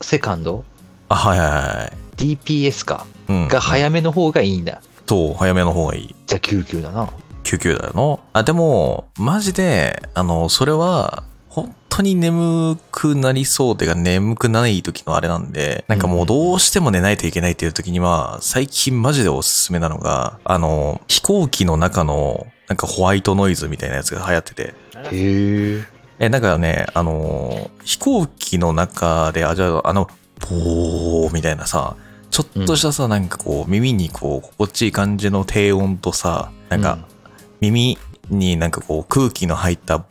ーセカンドあ、はいはいはい。 DPS かうん。が早めの方がいいんだ、と、早めの方がいい。じゃあ99だな救急だよの。あ、でも、マジで、あの、それは、本当に眠くなりそうでが眠くない時のあれなんで、なんかもうどうしても寝ないといけないっていう時には、最近マジでおすすめなのが、あの、飛行機の中の、なんかホワイトノイズみたいなやつが流行ってて、なんだへええ、なんかね、あのー飛行機の中で、あ、じゃあ、あの、ボーみたいなさ、ちょっとしたさ、なんかこう、耳にこう、心地いい感じの低音とさ、なんか、耳になんかこう、空気の入った、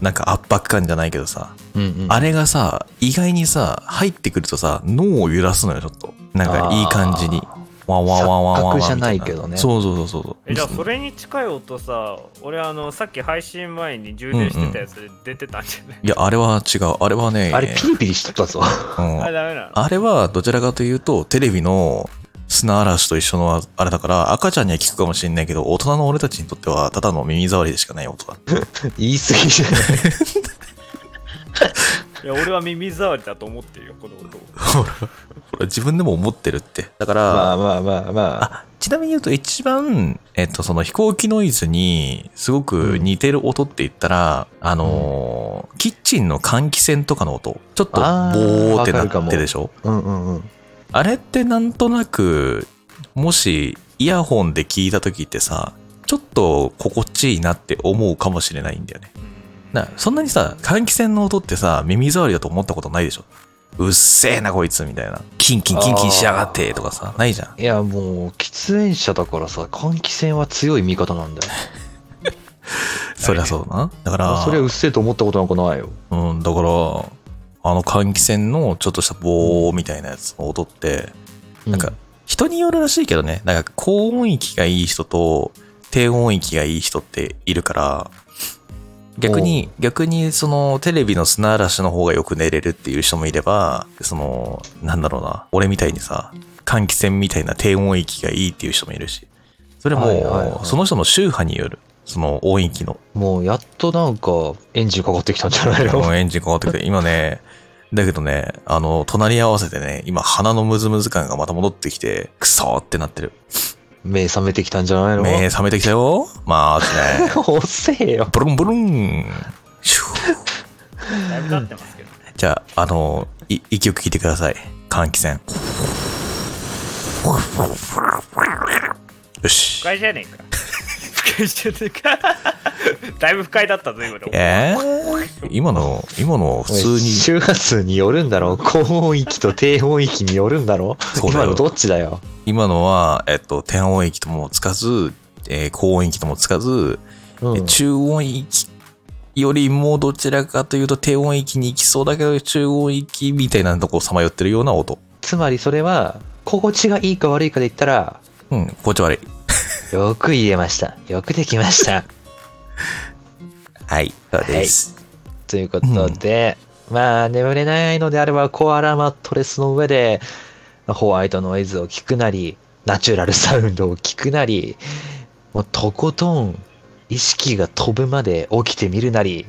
なんか圧迫感じゃないけどさ、うんうんあれがさ、意外にさ、入ってくるとさ、脳を揺らすのよ、ちょっと。なんかいい感じに。ワンワンワンワンワンワン錯覚じゃみたないけどねそうそうそうそう。えじゃあそれに近い音さ俺あのさっき配信前に充電してたやつで出てたんじゃない、いや、あれは違う。あれはね、あれピリピリしとったぞ (laughs) うんあ、ダメなのあれはどちらかというと、テレビの砂嵐と一緒のあれだから、赤ちゃんには聞くかもしれないけど、大人の俺たちにとっては、ただの耳障りでしかない音だ。言い過ぎじゃないいや俺は耳障りだと思ってるよこの音をほら、ほら、自分でも思ってるって。だから、まあまあまあまああ、ちなみに言うと一番、えっと、その飛行機ノイズにすごく似てる音って言ったら、あのーキッチンの換気扇とかの音、ちょっとボあーーってなわかるかっもてるでしょうんうんうんあれってなんとなく、もしイヤホンで聞いた時ってさ、ちょっと心地いいなって思うかもしれないんだよね。なそんなにさ、換気扇の音ってさ、耳障りだと思ったことないでしょうっせえなこいつみたいな。キンキンキンキンしやがってとかさ、ないじゃん。いやもう喫煙者だからさ換気扇は強い味方なんだよそりゃそうだな。だから、それはうっせえと思ったことなんかないようん、だから、あの換気扇のちょっとしたボーみたいなやつの音って、ななんか人によるらしいけどね、なんか高音域がいい人と低音域がいい人っているから、逆に、逆にそのテレビの砂嵐の方がよく寝れるっていう人もいれば、その、なんだろうな、俺みたいにさ、換気扇みたいな低音域がいいっていう人もいるし、それも、はいはいはいその人の宗派による、その音域 (laughs) のもうやっとなんかエンジンかかってきたんじゃないものうエンジン変わってきて、今ね、だけどね、あの、隣り合わせてね、今鼻のムズムズ感がまた戻ってきて、くそーってなってる。 (laughs) 目覚めてきたんじゃないの目覚めてきたよ。まあ、ね、遅えよ。ブルンブルン。シューだいぶ経ってますけどね。じゃあ、あの、い、一曲聴いてください。換気扇。よし不。快じゃねえか。不快じゃねえか。だいぶ不快だったぞ、今の。えー、今の、今の普通に、周波数によるん (laughs) だろ高音域と低音域によるんだろそうだよ今のどっちだよ今のは、えっと、低音域ともつかず、えー高音域ともつかず、うんえ中音域よりもどちらかというと低音域に行きそうだけど中音域みたいなとこをさまよってるような音つまりそれは心地がいいか悪いかで言ったらうんこっち悪いよく言えましたよくできました (laughs) はいそうです、ということで、まあ眠れないのであればコアラマットレスの上でホワイトノイズを聞くなりナチュラルサウンドを聞くなりもうとことん意識が飛ぶまで起きてみるなり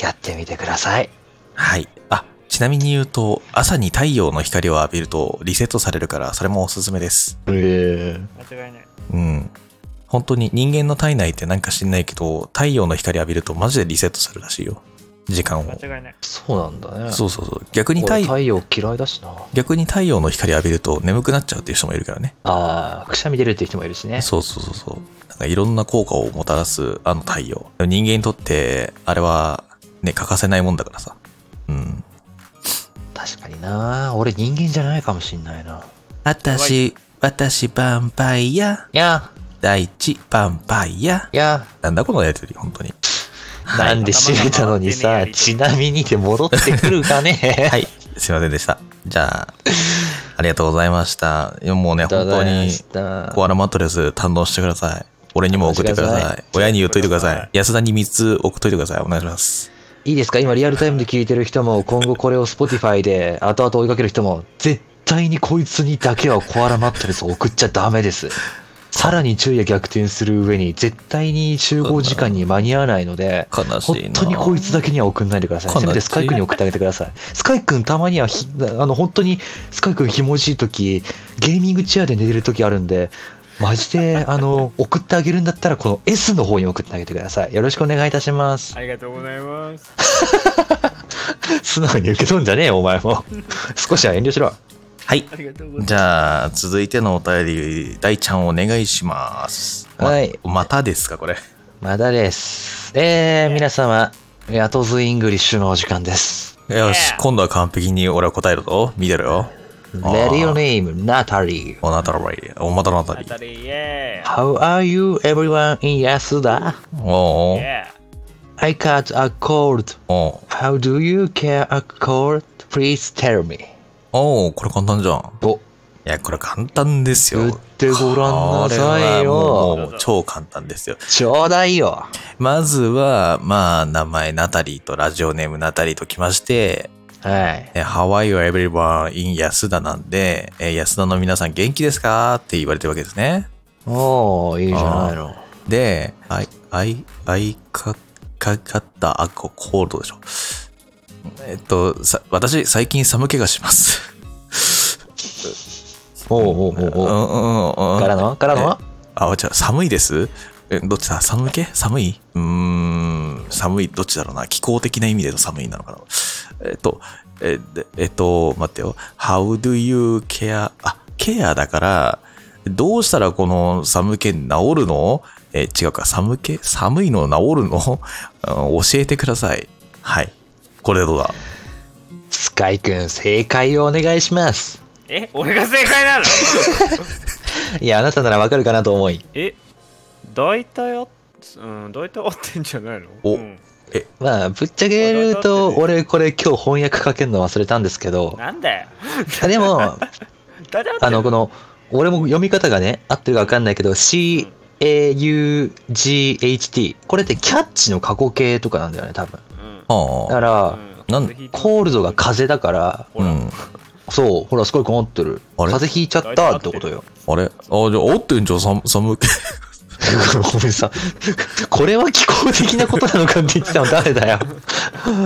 やってみてくださいはい、あちなみに言うと朝に太陽の光を浴びるとリセットされるからそれもおすすめです間違いない。うん本当に人間の体内ってなんか知んないけど太陽の光浴びるとマジでリセットするらしいよ時間を間違いない。そうなんだねそうそうそう逆に太俺太陽嫌いだしな逆に太陽の光浴びると眠くなっちゃうっていう人もいるからねああくしゃみ出るっていう人もいるしねそうそうそうそう。なんかいろんな効果をもたらすあの太陽。人間にとって、あれはね、欠かせないもんだからさ。うん。確かにな俺人間じゃないかもしんないな私、私、ヴァンパイア。いや第一、ヴァンパイア。いやなんだこのやりとり、本当に。なんで閉めたのに頭が回ってねえやりさとりちなみにで戻ってくるかねはい。すいませんでした。じゃあ、ありがとうございました。いやもうね、いた (laughs) 本当だきまに、したコアラマットレス堪能してください。俺にも送ってくだお願いさしい。親に言っといてください。安田に3つ送っといてください。お願いします。いいですか今リアルタイムで聞いてる人も今後これを Spotify で後々追いかける人も絶対にこいつにだけはコアラマットレスを (laughs) 送っちゃダメですさらに昼夜逆転する上に絶対に集合時間に間に合わないので悲しいな本当にこいつだけには送んないでください。悲しいせめてスカイ君に送ってあげてください。スカイ君たまにはひ、 (laughs) あの、本当にスカイ君ひもじい時、ゲーミングチェアで寝てる時あるんで、マジ (laughs) で、あの、送ってあげるんだったら、この S の方に送ってあげてください。よろしくお願いいたします。ありがとうございます。素直に受け取るんじゃねえよ、お前 (laughs) も。少しは遠慮しろ。はい。ありがとうございます。じゃあ、続いてのお便り、大ちゃんお願いします。まはい。またですか、これ。まだです。えー、皆様、ヤトズイングリッシュのお時間です。よし、今度は完璧に俺は答えるぞ。見てろよ。レディオネーム、ナタリー。おなたらばい。おまたらなたあり。たり、イェー How are you, everyone in Yasuda? おイうェー I got a cold. おう How do you care a cold? Please tell me. おうこれ簡単じゃん。お、いや、これ簡単ですよ。言ってごらんなさいこれよはもうもう超簡単ですよ。ちょうだいよ。まずは、まあ、名前ナタリーとラジオネームナタリーときまして、はい。えー How are you everyone in 安田なんで、えー安田の皆さん元気ですかって言われてるわけですね。おー、いいじゃないの。で、あい、あい、あいか、かかった、あ、こコールドでしょ。えっと、さ、私、最近寒気がします。おうおうんううおうおんう。うん。からのからのあ、違う、寒いですえ、どっちだ寒気寒いうーん、寒い、どっちだろうな。気候的な意味での寒いなのかな。えっと、え、でえっと、待ってよ。How do you care? あ、ケアだから、どうしたらこの寒気治るのえ、違うか、寒気寒いの治るのうん教えてください。はい。これでどうだスカイくん、正解をお願いします。え、俺が正解な (laughs) のいや、あなたならわかるかなと思い。え、大体あっ、うん、大体合ってんじゃないのおうんまあ、ぶっちゃけると、俺これ今日翻訳かけるの忘れたんですけど、なんだよ。でも、 (laughs) 大体合ってるあの、この、俺も読み方がね、合ってるかわかんないけど、C、A、U、G、H、T。これってキャッチの過去形とかなんだよね、多分。うんあだかあ。ら、うんなん風邪ひいてますコールドが風邪だから、ほらうんそう、ほら、すごい困ってる。あれ風邪ひいちゃったってことよ。あれあ、じゃあ、おってんじゃん、寒、寒気。ごめんさ、これは気候的なことなのかって言ってたの誰 (laughs) だよ。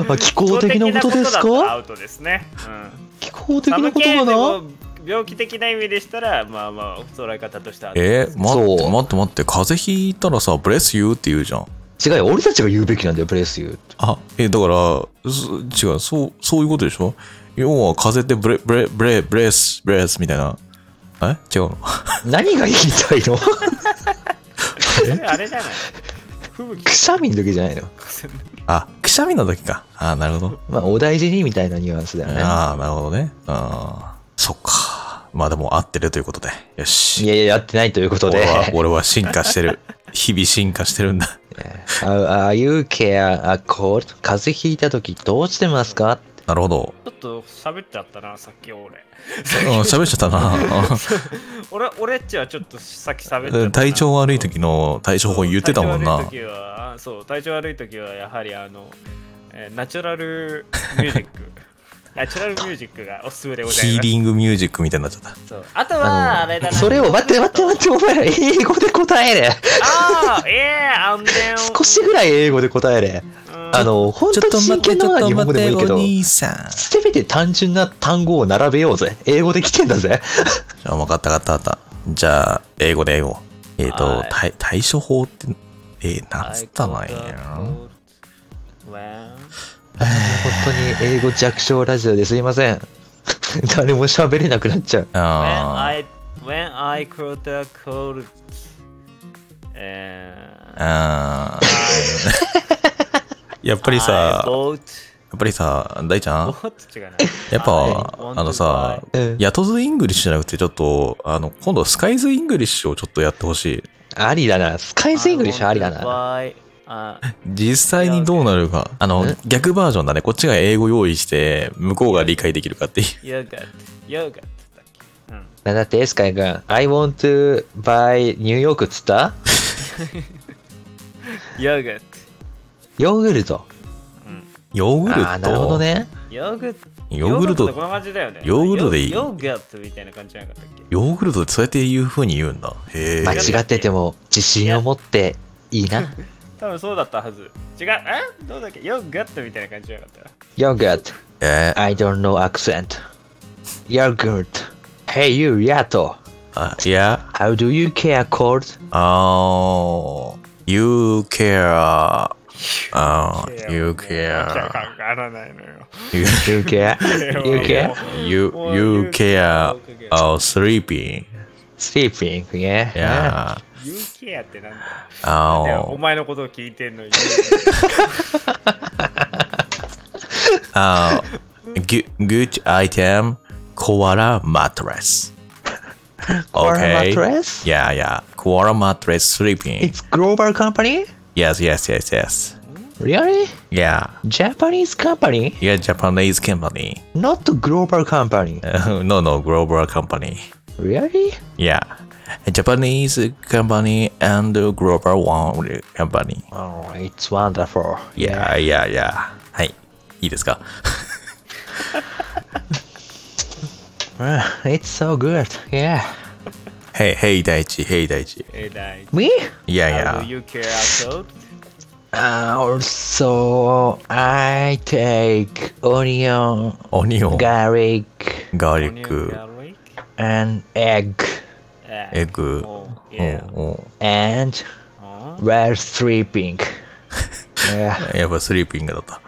あ気候的なことで基本的すなことだとかアウトですね。うん気候的な寒こ気とでかなも病気的な意味でしたら、まあまあ、捉え方としては。えー、待っそて、う待って、待って、風邪ひいたらさ、ブレスユーって言うじゃん。違うよ、俺たちが言うべきなんだよ、プレスユー。あ、え、だから、す違う、そう、そういうことでしょ要は、風邪ってブレ、ブレ、ブレ、ブレス、ブレスみたいな。え違うの何が言いたいの (laughs) それあれじゃない吹雪くしゃみの時じゃないの。あ、くしゃみの時か。あなるほど。まあ、お大事にみたいなニュアンスだよね。ああ、なるほどね。ああ、そっか。まあでも、合ってるということで。よいし。やいや、やってないということ俺で。は、俺は進化してる。 (laughs) 日々進化してるんだ。ああ、ゆうけや、あ、こう、風邪ひいた時どうしてますかなるほど。ちょっと喋っちゃったな、さっき俺。うん、喋っちゃった (laughs) な。俺俺っちはちょっとさっき喋っちゃっうたんな。体調悪い時の対処法言ってたもんな。体調悪い時はあそう、体調悪い時はやはりあの、えーナチュラルミュー (laughs) ジック。ナチュラルミュージックがおすすめでございヒます。ーリングミュージックみたいになっちゃった。そうあとは、あれだな。それを、待って待って待って、お前ら英語で答えれ。ああ、ええー、あんねん。少しぐらい英語で答えれ。うんあの、本当に真剣なのは日本語でもいいけど、さん。じせめて単純な単語を並べようぜ。英語で来てんだぜ。ゃあ、分かった分かった分かった。じゃあ、英語で英語。えっ、とはい対、対処法って、えー、なんつったのや。 Well 本当に英語弱小ラジオですいません。 (laughs) 誰も喋れなくなっちゃう。 When あ I when I caught a cold, (laughs) uh, ーあーやっぱり I さ、や bought っぱりさ、大ちゃん、 bought 違うな。やっ I ぱ want、to あのさ buy-、うんヤトズイングリッシュじゃなくて、ちょっと、あの、今度スカイズイングリッシュをちょっとやってほしい。ありだな。スカ (laughs) イスイングリッシュありだ I な。 want to buy- あ実際にどうなるか。あのえ、逆バージョンだね。こっちが英語用意して、向こうが理解できるかっていう。ヨーガットヨーガットだっけうんなんだって、スカイ君。I want to buy New York っつったヨーガッヨーグルト。ヨーグルト。ああ、なるほどね。トヨーグットヨーグルってこんト。な感じだよねヨーグルトでいいヨーガットみたいな感じじゃなかったっけヨーグルトってそうやって言う風に言うんだ。へ間え。違ってても自信を持ってい (laughs) いな。多分そうだったはず違うえどうだっけヨーガットみたいな感じじゃなかった Yogurt, えー I don't know accent. Yogurt, Hey you, Yato. あ、いや、 How do you care cold? あー、You Oh, care. あー、You わ care. からないのよ You You care? You care? you, you care. Oh, sleeping. Sleeping, yeah? Yeah. ユーケアってなんだよいや Oh. お前のことを聞いて (laughs) んのに。あー、good, good item, koala mattress. Or a Okay. mattress? Yeah, yeah. Koala mattress sleeping. It's global company? Yes, yes, yes, yes. Really? Yeah. Japanese company? Yeah, Japanese company. (laughs) Not global company. no, no, global company. Really? Yeah. Japanese company and global one company. Oh, it's wonderful. Yeah, yeah, yeah. はい。いいですか Uh, (laughs) It's so good. Yeah. ?Hey, hey, 第一 Hey, 第一えらい。 Me? Yeah, How do yeah. you care about? Uh, also, I take onion, オニオン、 garlic, ガーリ Onion ック、 garlic? and egg, えエッグ。おううん yeah う and おう while sleeping. yeah. んやっぱスリーピングだった。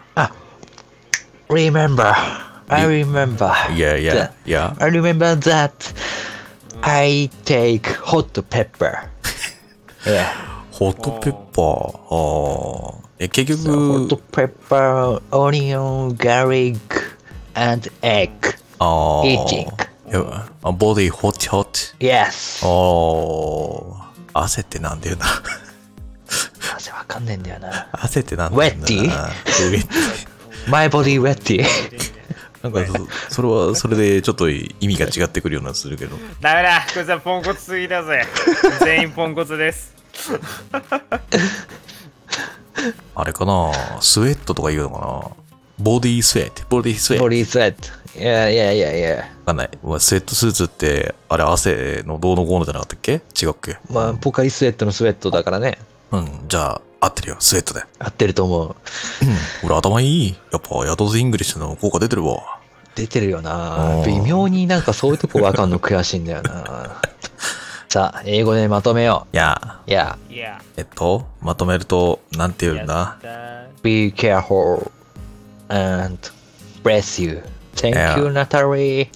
Remember, I remember. Yeah, yeah, that- yeah. I remember that I take hot pepper. yeah. ホットペッパー。ああ。え、結 So 局、 hot pepper, onion, garlic, and egg. ああ。 eating. やあ、ボディホッチホッ Yes. チ。ああ。汗ってなんだよな。汗わかんねえんだよな。汗ってなんだよな。 Wetty？ (laughs) ウェッティ My body wetty. なんかそ、それは、それでちょっと意味が違ってくるようなするけど。ダメだ、こいつはポンコツすぎだ (laughs) ぜ。全員ポンコツです。あれかなスウェットとか言うのかボディースウェット。ボディースウェット。ボディースウェット。いやいやいやいや。わかんない。まあスウェットスーツって、あれ汗のどうのこうのじゃなかったっけ違うっけまあ、ポカリスウェットのスウェットだからね。うん。じゃあ、合ってるよ。スウェットで。合ってると思う。うん。俺頭いい。やっぱ、ヤドズイングリッシュの効果出てるわ。出てるよなうん微妙になんかそういうとこわかんの悔しいんだよ (laughs) なさあ、英語でまとめよいや、う。Yeah, いや、えっと、まとめると、なんて言うんやだったー be careful and bless you. Thank you, Yeah. Natalie.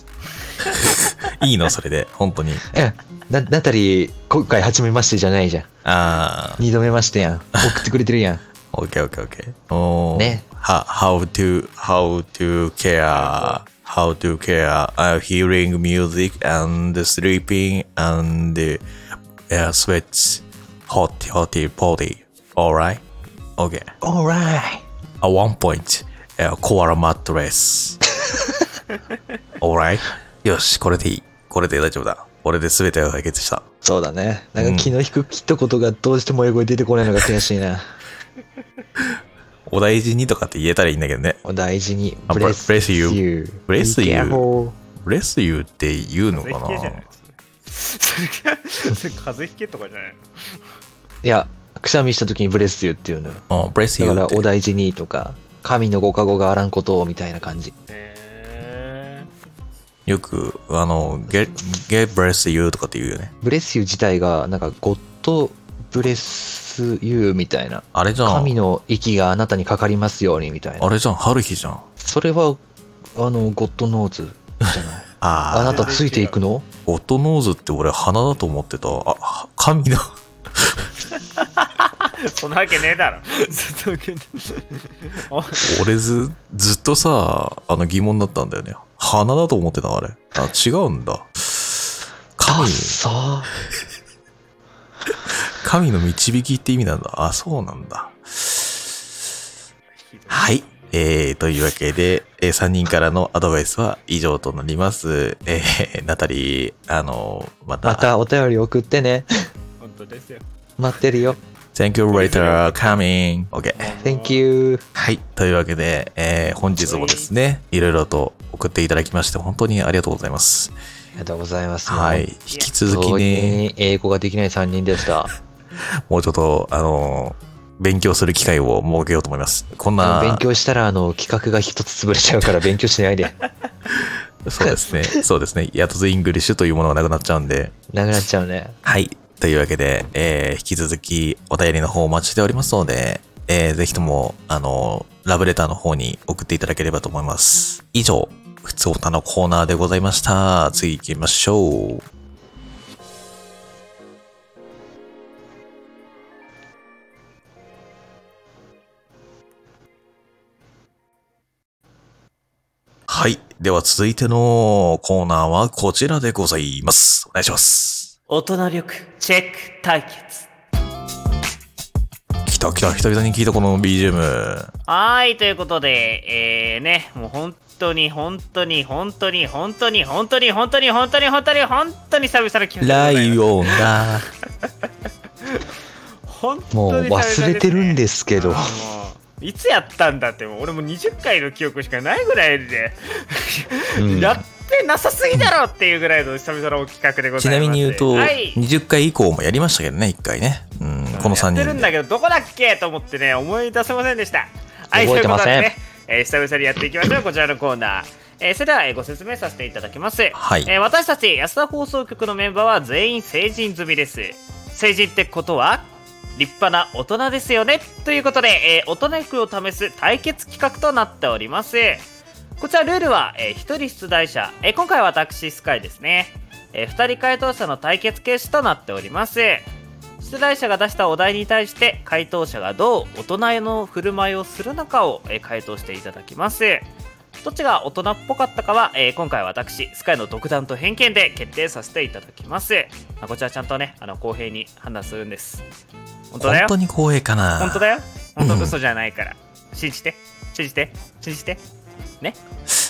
いいのそれで。本当に。え、な、ナタリー、今回初めましてじゃないじゃん。あー。二度目ましてやん。送ってくれてるやん。オッケーオッケーオッケー。おーね。は how to, how to care, how to care, uh, hearing music and sleeping and uh, sweats, hot, hot body. Alright? Okay. Alright. At one point, uh, koala mattress. (laughs) Alright? よし、これでいい。これで大丈夫だ。これで全てが解決した。そうだね。なんか気の引く一言がどうしても英語で出てこないのが悔しい (laughs) な。お大事にとかって言えたらいいんだけどね。お大事に。あ bless you you. Bless Be you. careful. Bless you って言うの風か邪ひけじゃなないそれそれそれ風邪ひけとかじゃないいや、くしゃみした時にブレスユーっていうのよ。うん、Bless だ you かっら、てお大事にとか、神のご加護があらんことをみたいな感じ。へよく、あの、get, get bless you とかって言うよね。ブレスユー自体が、なんか、ゴッドブレスユーみたいな。あれじゃ神ん。の息があなたにかかりますようにみたいなあ。れじゃん、春日じゃん。それは、あの、ゴッドノーズじゃない。あああ、なたついていくのゴッドノーズって俺鼻だと思ってた。あ、は神の。 (laughs) えそんなわけねえだ (laughs) ろそんなわけねえお俺ず、ずっとさ、あの疑問だったんだよね。鼻だと思ってた、あれ。あ、違うんだ。あ、神、さ神の導きって意味なんだ。あ、そうなんだ。はい。えー、というわけで、え3人からのアドバイスは以上となります。えー、ナタリー、あの、また。またお便り送ってね。本当ですよ待ってるよ。 Thank you later coming. OK. Thank you. はい。というわけで、えー本日もですね、いろいろと送っていただきまして、本当にありがとうございます。ありがとうございます。はい。引き続きね、に英語ができない3人でした。もうちょっと、あのー、勉強する機会を設けようと思います。こんな、勉強したら、あの、企画が一つ潰れちゃうから勉強しないで。そうですね。そうですね。やっとイングリッシュというものがなくなっちゃうんで、なくなっちゃうね。はい。というわけで、えー引き続きお便りの方お待ちしておりますので、えーぜひとも、あの、ラブレターの方に送っていただければと思います。以上、ふつおたのコーナーでございました。次行きましょう。はい。では続いてのコーナーはこちらでございます。お願いします。大人力チェック対決来た来た久々に聞いたこの BGM はいということでえー、ねもう本当に本当に本当に本当に本当に本当に本当に本当に本当に久々の気分ライオン (laughs) だもう忘れてるんですけど。もういつやったんだってもう俺もう20回の記憶しかないぐらいで、うん (laughs) やってなさすぎだろっていうぐらいの久々の企画でごちざないますみに言うと、はい20回以降もやりましたけどね1回ね、うん、この3やってる人んでだけどどこだっけと思ってね思い出せませんでしたはい覚えてませんそういうことでね、えー久々にやっていきましょうこちらのコーナーえーそれではえーご説明させていただきます、はいえー私たち安田放送局のメンバーは全員成人済みです成人ってことは立派な大人ですよねということで、えー大人服を試す対決企画となっておりますこちらルールは、え1人出題者、えー今回は私スカイですね、え2人回答者の対決形式となっております出題者が出したお題に対して回答者がどう大人への振る舞いをするのかを、えー回答していただきますどっちが大人っぽかったかは、えー今回私スカイの独断と偏見で決定させていただきます、まあ、こちらちゃんとねあの公平に判断するんです本当だ本よ当に光栄かな本当だようん本当嘘じゃないから、信じて信じて信じてね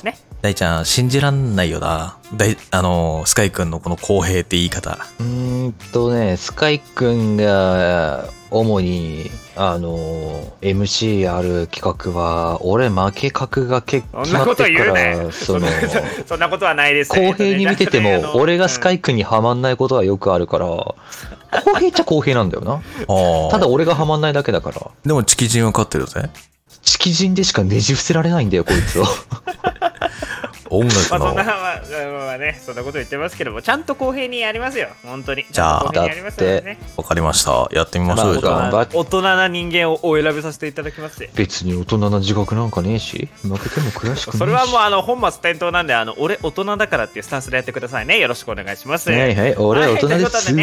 ね大ちゃん、信じらんないよな。大、あの、スカイ君のこの公平って言い方。うーんとね、スカイくんが主に、あの、MC やる企画は、俺負け格が結構そんなこと言うねそその、んな (laughs) そんなことはないです公平に見ててえっ (laughs) とねも、俺がスカイイくんにはまんないことはよくあるから、公平っちゃ公平なんだ (laughs) よな。ああ。ただ、俺がはまんないだけだから、でも、チキジンは勝ってるぜ。敷人でしかねじ伏せられないんだよ、こいつを。音まあ楽そんな、の。まあまあまあね、そんなこと言ってますけども、ちゃんと公平にやりますよ、本当に。じゃあ公平にやりますよね。わかりました。やってみましょうよ、じゃまああ。大人な人間をお選びさせていただきまして。別に大人な自覚なんかねえし、負けても悔しくないし。それはもうあの本末転倒なんで、あの俺大人だからっていうスタンスでやってくださいね。よろしくお願いします。はいはい、俺は大人ではいとす。いう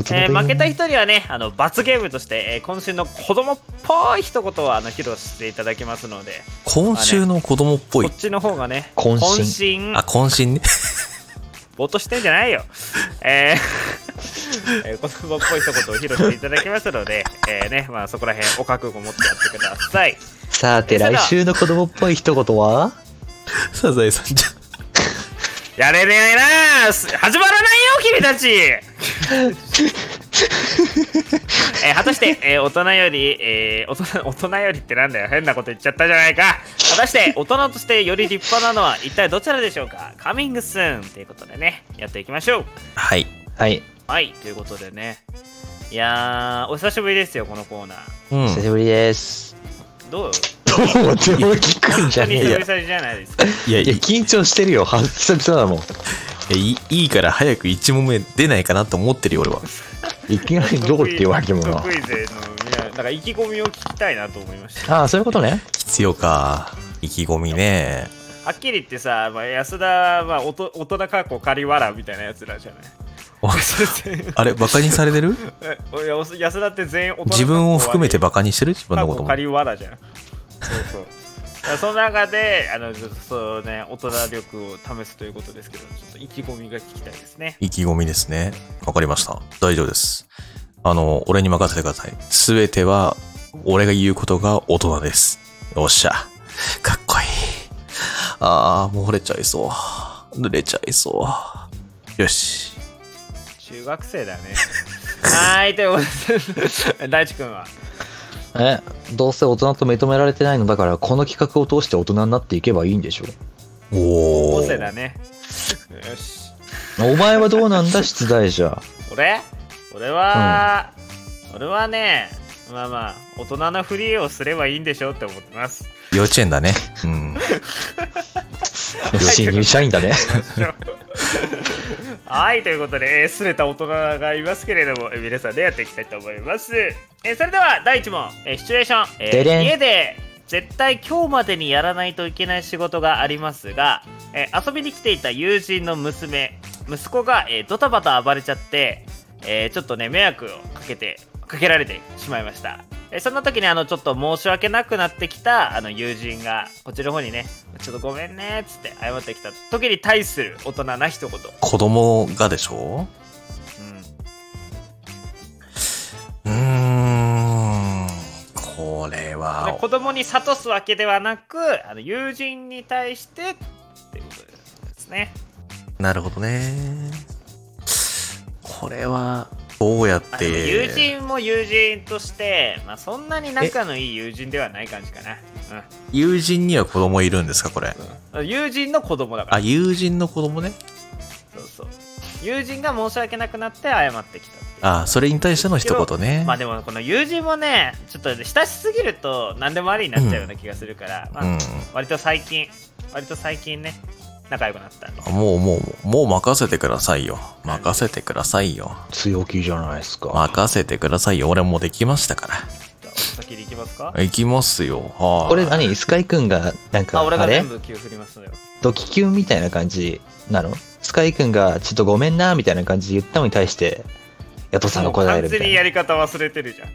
大人だえよー負けた人にはね、あの罰ゲームとして、えー今週の子供っぽい一言をあの披露していただきますので、今週の子供っぽこいっ。ちの方がね、渾身渾あ、渾身ね。 (laughs) ぼーっとしてんじゃないよ。えー (laughs) えー子供っぽい一言を披露していただきますので、えーねまあ、そこら辺お覚悟を持ってやってください。さて、来週の子供っぽい一言はサザエさんじゃん。やれねえなあす始まらないよ君たちえー果たして、えー大人より、えー大人大人よりってなんだよ変なこと言っちゃったじゃないか果たして大人としてより立派なのは一体どちらでしょうかカミングスーンということでねやっていきましょうはい。はい、はいということでねいやーお久しぶりですよこのコーナーうん。久しぶりです。どう本どうも、でも聞くんじ当ゃにねえ久よ。々じゃないですかいや、いいや、緊張してるよ。は久々だもん。やいいいいから早く1問目出ないかなと思ってるよ、俺は。いきなりどうって言われてもな得。意得意勢のいやなんか意気込みを聞きたいなと思いましたああ、そういうことね。必要か。意気込みね。はっきり言ってさ、まあ、安田は、まあ、おと大人かっこ仮笑うみたいなやつらじゃないあれ、バカにされて (laughs) るえおいやお安田って全員大人自分を含めてバカにしてる自分かのっこことも。仮笑うじゃんそうそうだからその中であのちょっとそう、ね、大人力を試すということですけどちょっと意気込みが聞きたいですね意気込みですね。わかりました。大丈夫です。あの、俺に任せてください。すべては、俺が言うことが大人です。よっしゃ。かっこいい。あー、もう惚れちゃいそう。濡れちゃいそう。よし。中学生だねはーいということで大地君はえ、どうせ大人と認められてないのだから、この企画を通して大人になっていけばいいんでしょ。お高ー。校生だねよしお前はどうなんだ、出題 (laughs) じゃ。俺俺は、俺はねまあまあ大人のふりをすればいいんでしょって思ってます幼稚園だね。うん。新入社員 (laughs) だね。はいということで、えー、すれた大人がいますけれども、えー皆さんでやっていきたいと思います、えーそれでは第1問、えーシチュエーション、えーででん家で絶対今日までにやらないといけない仕事がありますが、えー遊びに来ていた友人の娘息子が、えードタバタ暴れちゃって、えーちょっとね迷惑をかけてかけられてしまいましたえーそんな時にあのちょっと申し訳なくなってきたあの友人がこっちの方にねちょっとごめんねっつって謝ってきた時に対する大人な一言子供がでしょうーん。これでは子、供に諭すわけではなくあの友人に対してっていうことですねなるほどね。これは、どうやっまあて。でも友人も友人として、まあ、そんなに仲のいい友人ではない感じかな、友人には子供いるんですかこれ。うん、友人の子供だかあ、ら友人の子供ね。そうそう友人が申し訳なくなって謝ってきたっていうあ、それに対しての一言ね。まあでもこの友人もねちょっと親しすぎると何でもありになっちゃうような気がするから、まあうん。割と最近割と最近ね仲良くなったんであもうもう、もう任せてくださいよ。任せてくださいよ。強気じゃないですか。任せてくださいよ。俺もうできましたか。じゃあお先に行きますからいきますよ。はこれ何スカイくんが、なんか、あ俺があれ全部気を振りますのよドキキュンみたいな感じなのスカイくんがちょっとごめんなみたいな感じで言ったのに対して、ヤトさんが答え完るみ全たにいやり方忘れてるじゃん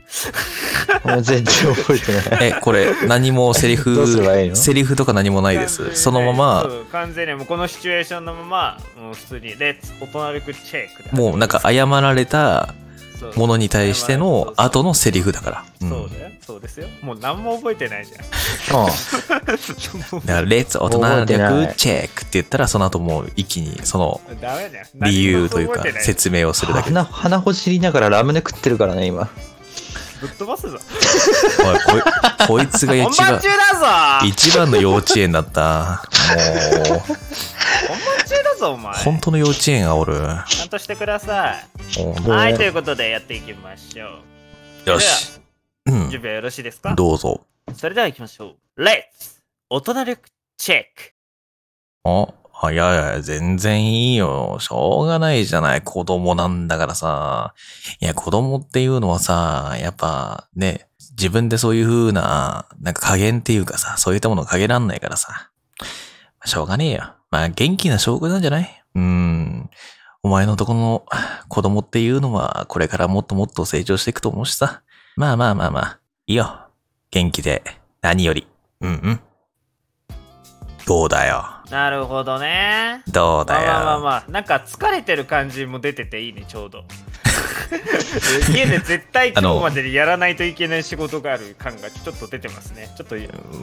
な。もう全然覚えて (laughs) ない。え、これ、何もセリどうすればいフ、いのセリフとか何もないで完全す。にそのまそま、う完全にもうこのシチュエーションのままもう普通にレッツ大人力チェックでもうなんか謝られた、そうものに対しての後のセリフだから。うんそうだよ、そうですよ。もう何も覚えてないじゃん。うん。だから、レッツ大人力チェックって言ったら、その後もう一気にその (laughs) ダメだよ。理由というか何も覚えてない説明をするだけ。鼻鼻ほじりながらラムネ食ってるからね今ぶっ飛ばすぞ。おい、 (laughs) こいこいつが本一番番中、だぞ一番の幼稚園だった。 (laughs) もう、本番中だぞ、お前。本当の幼稚園煽る。ちゃんとしてくださもい。はい、ということでやっていきましょうよし。うう。準ん。備はよろしいですかどうぞ。それでは行きましょう。レッツ大人力チェックあ、あいやいや、全然いいよ。しょうがないじゃない。子供なんだからさ。いや、子供っていうのはさ、やっぱね、自分でそういう風な、なんか加減っていうかさ、そういったものを加減らんないからさ。しょうがねえよ。まあ、元気な証拠なんじゃないうーん。お前のとこの子供っていうのは、これからもっともっと成長していくと思うしさ。まあまあまあまあ、いいよ。元気で、何より。うんうん。どうだよ。なるほどね。どうまだあよ。まあまあまあ、なんか疲れてる感じも出てていいね、ちょ (laughs) うど。家で絶対今あの日までにやらないといけない仕事がある感がちょっと出てますね。ちょっと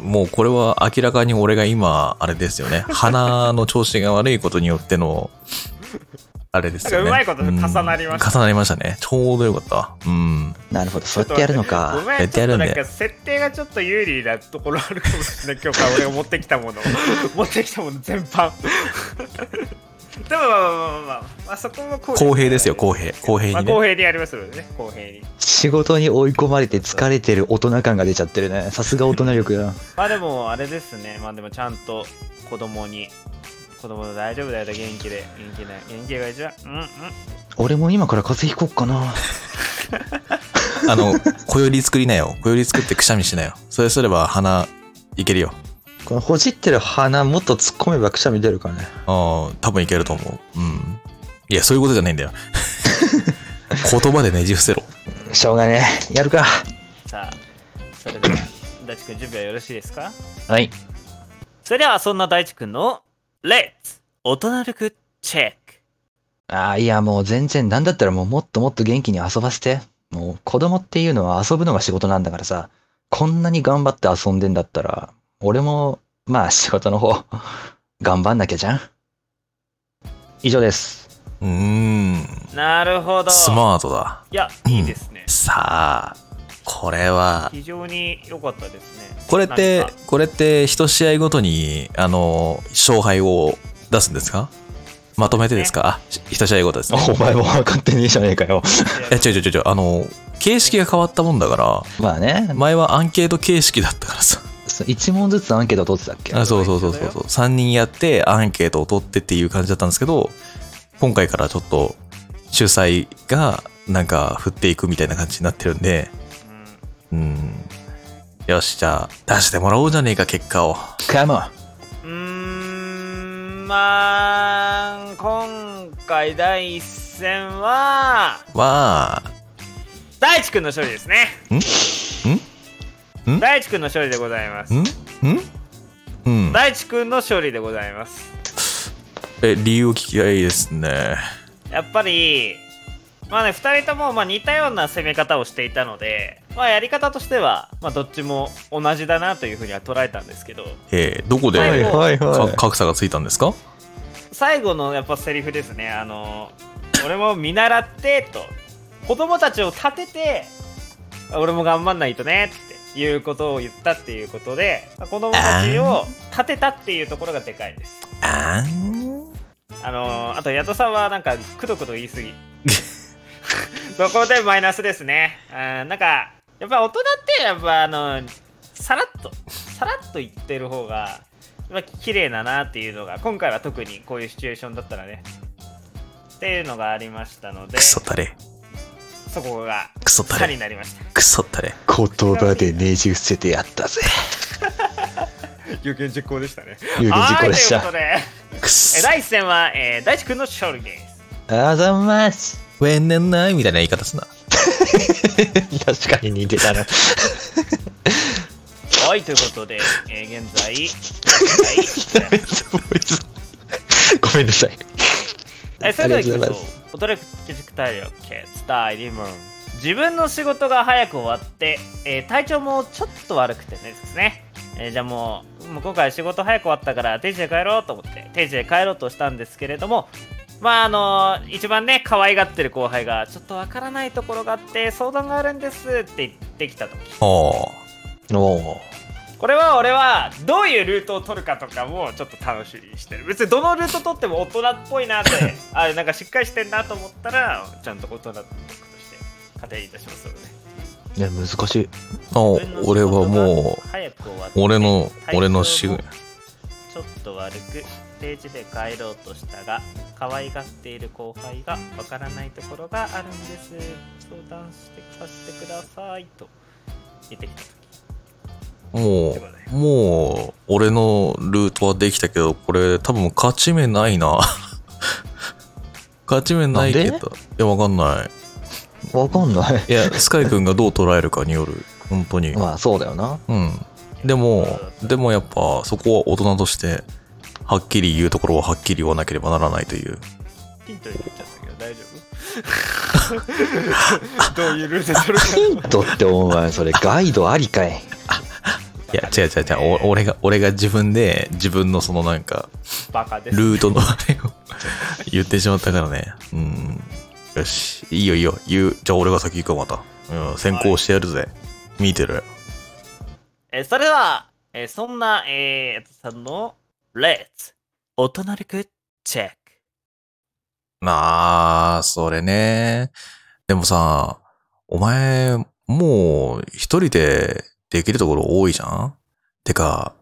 もうこれは明らかに俺が今、あれです (laughs) よね。鼻の調子が悪いことによっての、あれですよね。なん (laughs) かうまいこと重なりましたうん重なりましたね。ちょうどよかった。うん。なるほどそうやってやるのごかめやん、っちてょっやるとんなでんか設定がちょっと有利なところあるかもしれない。今日から俺が持ってきた (laughs) もの。持ってきたもの全般。でもまあまあまあまあ、まあ、そこも公平ですよ、公平。公ま平あ、にね公。平にやりますのでね、公平に。仕事に追い込まれて疲れてる大人感が出ちゃってるねさすが大人力だまあでも、あれですね、まあでもちゃんと子供に、子供の大丈夫だよ、元気で、元気で、元気が一番。うんうん。俺も今から風邪ひこっかな (laughs) あの、小より作りなよ。小より作ってくしゃみしなよ。それすれば鼻、いけるよ。このほじってる鼻もっと突っ込めばくしゃみ出るからねああ、多分いけると思う。うん。いや、そういうことじゃない (laughs) んだよ。言葉でねじ伏せろ。しょうがねえやるかさあ、(laughs) それでは、大地君準備はよろしいですかはいそれでは、そんな大地君の、レッツ大人力チェックああいやもう全然なんだったらもうもっともっと元気に遊ばせてもう子供っていうのは遊ぶのが仕事なんだからさこんなに頑張って遊んでんだったら俺もまあ仕事の方頑張んなきゃじゃん以上ですうーん。なるほど。スマートだ。いや、いいですね。さあ、これは、非常に良かったですね。これっなてんか、これって一試合ごとに、あの、勝敗を出すんですかまとめてですかあ、し一試合ごとですね。お前も分かってねえじゃねえかよいや、違う違う違う違う、あの、形式が変わったもんだから、まあね前はアンケート形式だったからさ。 1問ずつアンケート取ってたっけあそうそうそうそうそう。3人やってアンケートを取ってっていう感じだったんですけど、今回からちょっと、主催が、なんか、振っていくみたいな感じになってるんで、うんうん。よし、じゃあ、出してもらおうじゃねえか、結果を。カモンうーん、まあ、今回第一戦は、は、大地君の勝利ですね。んんん大地君の勝利でございます。んんうん。大地君の勝利でございます。え、理由を聞きたいですね。やっぱり、まあね、2人ともまあ似たような攻め方をしていたので、まあやり方としては、まあどっちも同じだなというふうには捉えたんですけど、えーどこで、はいはいか格差がついたんですか最後のやっぱセリフですねあの俺も見習ってと子供たちを立てて俺も頑張んないとねっていうことを言ったっていうことで子供たちを立てたっていうところがでかいですあんあのあと矢戸さんはなんかくどくど言い過ぎ (laughs) そこでマイナスですねうんなんかやっぱ大人ってやっぱあのさらっとさらっと言ってる方がやっぱ綺麗だなっていうのが今回は特にこういうシチュエーションだったらねっていうのがありましたのでクソそたれ。こがクソた差にれ。なりましたクソたれ。言葉でねじ伏せてやったぜ有言実行でしたね有言実行でしたはいということクでえソ。第一戦は、えー、大地君の勝利ですありがとうございますウェンネンナイみたいな言い方すな。確かに似てたなはいということで、えー現在現在 (laughs) ごめんなさい。え、それでは行きましょありがとうございう。ま驚く気づく体力、ケツタイリムン。自分の仕事が早く終わって、えー体調もちょっと悪くてねですね。えーじゃあもう、もう今回仕事早く終わったから定時で帰ろうと思って、定時で帰ろうとしたんですけれども、まああの一番ね可愛がってる後輩がちょっとわからないところがあって相談があるんですって言ってきたとあおーこれは俺はどういうルートを取るかとかもちょっと楽しみにしてる別にどのルート取っても大人っぽいなって (laughs) あなんかしっかりしてんなと思ったらちゃんと大人っぽくとして仮定いたしますのでいや、難しい。あ。お俺はも早く終わってう、俺の、俺の仕体調事も。ちょっと悪く定時で帰ろうとしたが可愛がっている後輩がわからないところがあるんです相談してさせてくださいと言ってきた時もう、もう、俺のルートはできたけど、これ多分勝ち目ないな。 (laughs) 勝ち目ないけなんど。いや、わかんない。わかんない。いや、スカイ君がどう捉えるかによる。本当に。まあ、そうだよな。うん。でも、でもやっぱ、そこは大人として、はっきり言うところははっきり言わなければならないという。ヒントになっちゃったけど大丈夫 (laughs) どういうルールで取るかヒントってお前、それガイドありかい。いや、違う違う違う。お俺が、俺が自分で、自分のそのなんか、バカですルートのあれを (laughs) 言ってしまったからね。うん。よし。いいよいいよ。言う。じゃあ俺が先行くわ、また。うん。先行してやるぜ。見てる。えーそれでは、えーそんな、えー、やつさんの、レッツおとなりくチェック。なあ、それね。でもさ、お前、もう一人でできるところ多いじゃんてか、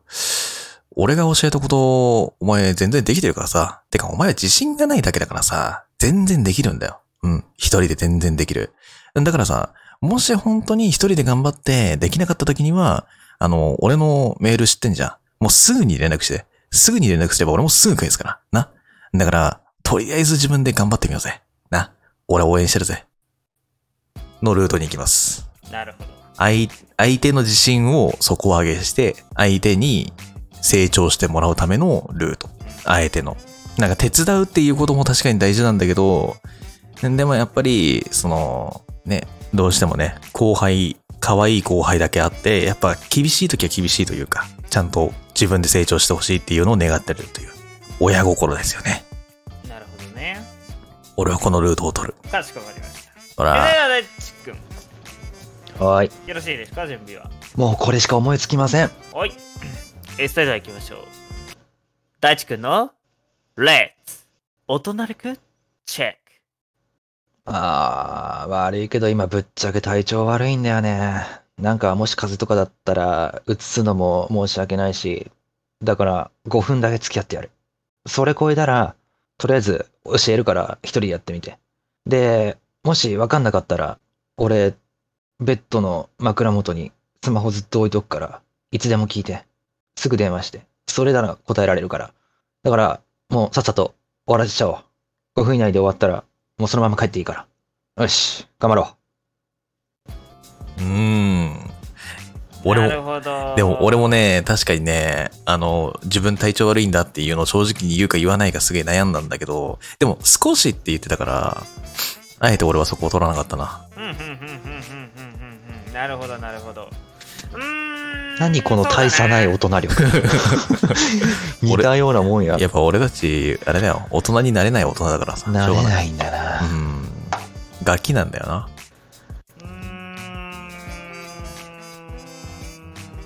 俺が教えたこと、お前全然できてるからさ。てか、お前は自信がないだけだからさ、全然できるんだよ。うん。一人で全然できる。だからさ、もし本当に一人で頑張ってできなかった時には、あの、俺のメール知ってんじゃん。もうすぐに連絡して。すぐに連絡すれば俺もすぐ返すから。な。だから、とりあえず自分で頑張ってみようぜ。な。俺は応援してるぜ。のルートに行きます。なるほど。相、相手の自信を底上げして、相手に成長してもらうためのルート。あえての。なんか手伝うっていうことも確かに大事なんだけど、でもやっぱり、その、ね、どうしてもね、後輩、可愛い後輩だけあって、やっぱ厳しい時は厳しいというか、ちゃんと自分で成長してほしいっていうのを願ってるという、親心ですよね。なるほどね。俺はこのルートを取る。かしこまりました。ほえら、ーでは、大地君、はーい。よろしいですか、準備は。もうこれしか思いつきません。おい。えーそれでは行きましょう。大地君の、レッツおとなりくチェック。あー、悪いけど今ぶっちゃけ体調悪いんだよね。なんかもし風邪とかだったら、うつすのも申し訳ないし、だから5分だけ付き合ってやる。それ超えたら、とりあえず教えるから一人でやってみて。で、もしわかんなかったら、俺、ベッドの枕元にスマホずっと置いとくから、いつでも聞いて。すぐ電話して。それなら答えられるから。だから、もうさっさと終わらせちゃおう。5分以内で終わったら、もうそのまま帰っていいから。よし、頑張ろう。うーん。俺なるも、ほど。でも俺もね、確かにね、あの、自分体調悪いんだっていうのを正直に言うか言わないかすげえ悩んだんだけど、でも少しって言ってたから、あえて俺はそこを取らなかったな。うんうんうんうんうんうんうんうんなるほどなるほどうーん何この大差ないそうだね大人 (laughs) 力。似たようなもんや。やっぱ俺たち、あれだよ、大人になれない大人だからさ、なしょれうがない。ないんだなう。ん。ガキなんだよな。うーん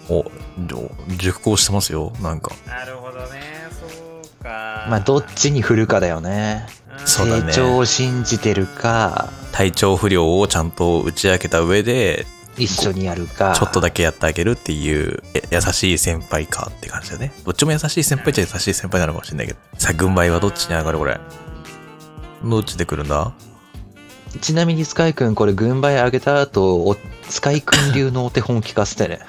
お、じょ熟考してますよ、なんか。なるほどねそうかまあ、どっちに振るかだよね。うんそうだね成長を信じてるか、体調不良をちゃんと打ち明けた上で、一緒にやるか。ちょっとだけやってあげるっていう、え優しい先輩かって感じだね。どっちも優しい先輩っちゃ優しい先輩なのかもしれないけど。さあ、軍配はどっちに上がるこれ。どっちで来るんだちなみにスカイくん、これ軍配上げた後、おスカイくん流のお手本聞かせてね。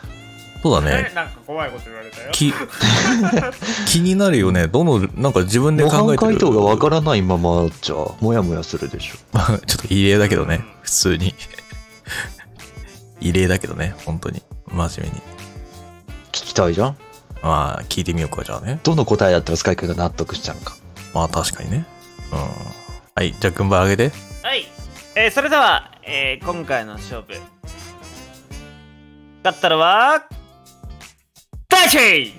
そうだえね。なんか怖いこと言われたよき、 (laughs) 気になるよね。どの、なんか自分で模考範えてる。回答がわからないままじゃ、もやもやするでしょ。 (laughs) ちょっと異例だけどね。普通に。異例だけどね。本当に。真面目に。聞きたいじゃんまあ、聞いてみようか、じゃあね。どの答えだったらスカイくんが納得しちゃうのか。まあ、確かにね。うん。はい、じゃあ軍配上げて。はい、えーそれでは、えー今回の勝負勝ったのは大地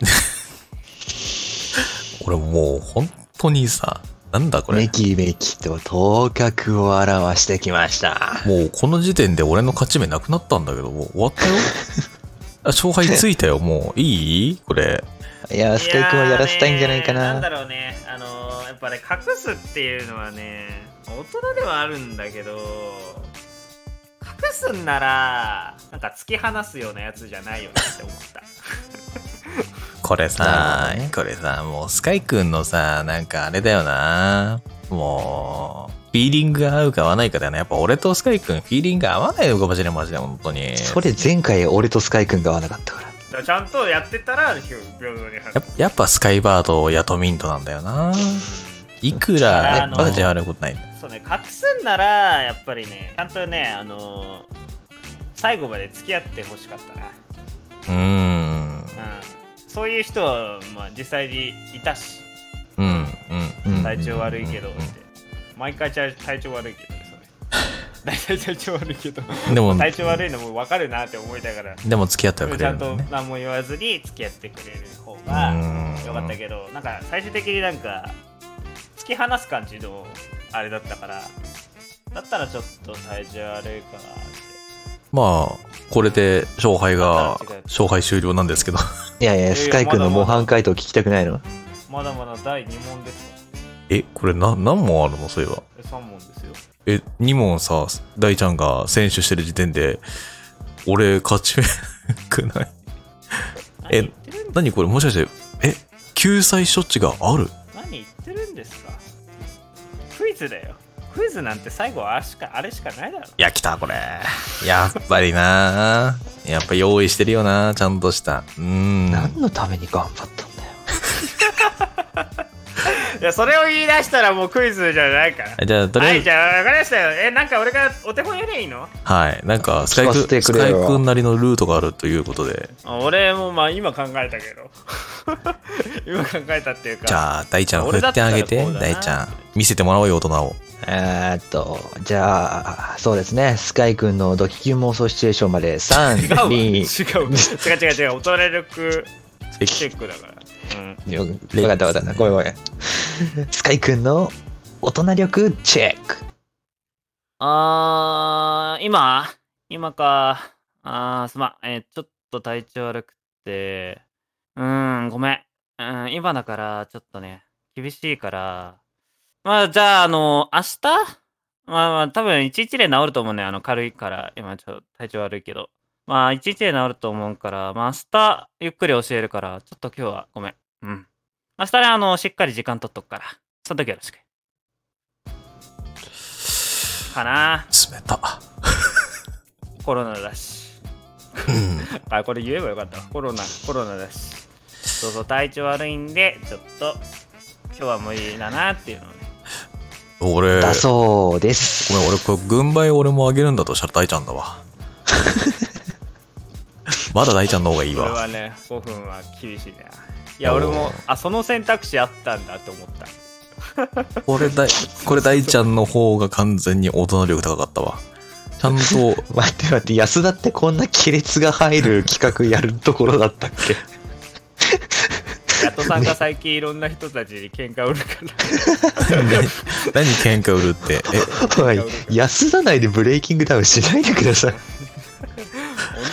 俺もう本当にさ、なんだこれメ。キメキと頭角を表してきました。もうこの時点で俺の勝ち目なくなったんだけど、もう終わったよ。あ勝敗ついたよ、もう。いいこれ。いやー、スカイ君はやらせたいんじゃないかやーねなんだな。ろうね、あのーやっぱね、隠すっていうのはね、大人ではあるんだけど、隠すんなら、なんか突き放すようなやつじゃないよねって思った。これなさ、るほどねこれさ、もうスカイくんのさ、なんかあれだよな。もう、フィーリングが合うか合わないかだよね。やっぱ俺とスカイくん、フィーリングが合わないのかもしれん、マジで、本当に。それ前回俺とスカイ君が合わなかったから。だ (laughs) からちゃんとやってたら、平等に話やっぱやっぱスカイバーとヤトミントなんだよな。いくら、ね、あのバカじゃ悪いことない。そうね、隠すんなら、やっぱりね、ちゃんとね、あのー最後まで付き合ってほしかったな。うーん。うん。そういう人は、まあ、実際にいたし、うん、うん。うん体調悪いけどってうんうんう。毎回ちゃ体調悪いけどね、 (laughs) それ。大体体調悪いけど。でも、体調悪いのも分かるなって思いながら、でも付き合ってはくちれゃるんんだよとね。何も言わずに付き合ってくれる方がよかったけど、なんか最終的になんか突き放す感じのあれだったから、だったらちょっと体調悪いかなって。まあ、これで勝敗が違う、勝敗終了なんですけど。 (laughs) いやいやや、スカイ君の模範解答聞きたくないのまだまだ第2問ですよ。え、これな、何問あるのそういえば。 3問ですよ。え、2問さ、大ちゃんが選手してる時点で、俺、勝ち目くない (laughs) え何言ってるん何これもしかして、え、救済処置がある何言ってるんですかクイズだよ。クイズなんて最後はあれしかあれしかないだろ。いや、来た、これ。やっぱりなやっぱ用意してるよなちゃんとした。うーん。何のために頑張ったんだよ。いや、それを言い出したらもうクイズじゃないから。じゃあ、とりあはえい、ずじ、ゃあ分かりましたよ。え、なんか俺がお手本やりゃいいのはい。なんか、スカイ聞かせくん、てスくれカイよくんなりのルートがあるということで。俺もまあ今考えたけど。 (laughs) 今考えたっていうか。じゃあ、大ちゃん、振俺だっってたあらげてこう、だな大ちゃん。見せてもらおうよ、大人を。えーっと、じゃあ、そうですね、スカイ君のドキキュン妄想シチュエーションまで3、違うわ違う2、違う違う違う。大人力チェックだから。うん。よ分かった分かった。ごめんごめん。スカイ君の大人力チェック。あー、今今か。あー、すまん。えーちょっと体調悪くて。うーん、ごめん。うん、今だから、ちょっとね、厳しいから。まあ、じゃあ、あの、明日まあまあ、多分、一日で治ると思うね。あの、軽いから、今、ちょっと体調悪いけど。まあ、一日で治ると思うから、まあ、明日、ゆっくり教えるから、ちょっと今日は、ごめん。うん。明日ね、あの、しっかり時間取っとくから。その時よろしく。かな冷た。コロナだし。あ、これ言えばよかったわ。コロナ、コロナだし。そうそう、体調悪いんで、ちょっと、今日は無理だなっていうのをね。俺、だそうです。ごめん、俺、これ、軍配俺もあげるんだとしたら大ちゃんだわ。まだ大ちゃんの方がいいこれわ。はね、5分は厳しいな。いや、おー俺も、あ、その選択肢あったんだと思った。これ、大、これ大ちゃんの方が完全に大人力高かったわ。ち (laughs) ゃんと、待って待って、安田ってこんな亀裂が入る企画やるところだったっけやっとさんが最近いろんな人たちに喧嘩売る (laughs) から。何喧嘩売るって。え、おい、安田内でブレイキングダウンしないでください。本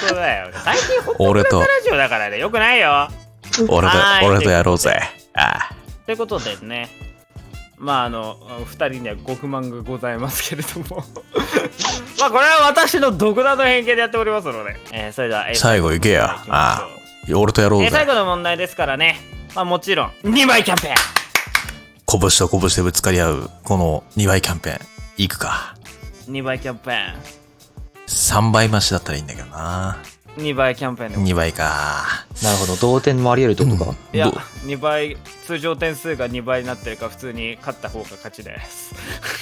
当だよ。最近ほんと俺とラ、ジオだからね、よくないよ。俺とは、ーい俺とやろうぜ。ああ。ということでね、まああの、お二人にはご不満がございますけれども、 (laughs) まあこれは私の独断の偏見でやっておりますので、えーそれでは、えー最後行けや行きましょう俺とやろうえー最ぜ。後の問題ですからね、まあもちろん、2枚キャンペーン拳と拳でぶつかり合う、この2倍キャンペーン。いくか。 !2 倍キャンペーン3倍増しだったらいいんだけどな。 !2 倍キャンペーンでも2倍か。なるほど、同点もあり得るってことか。いやど、 2倍、通常点数が2倍になってるか、普通に勝った方が勝ちです。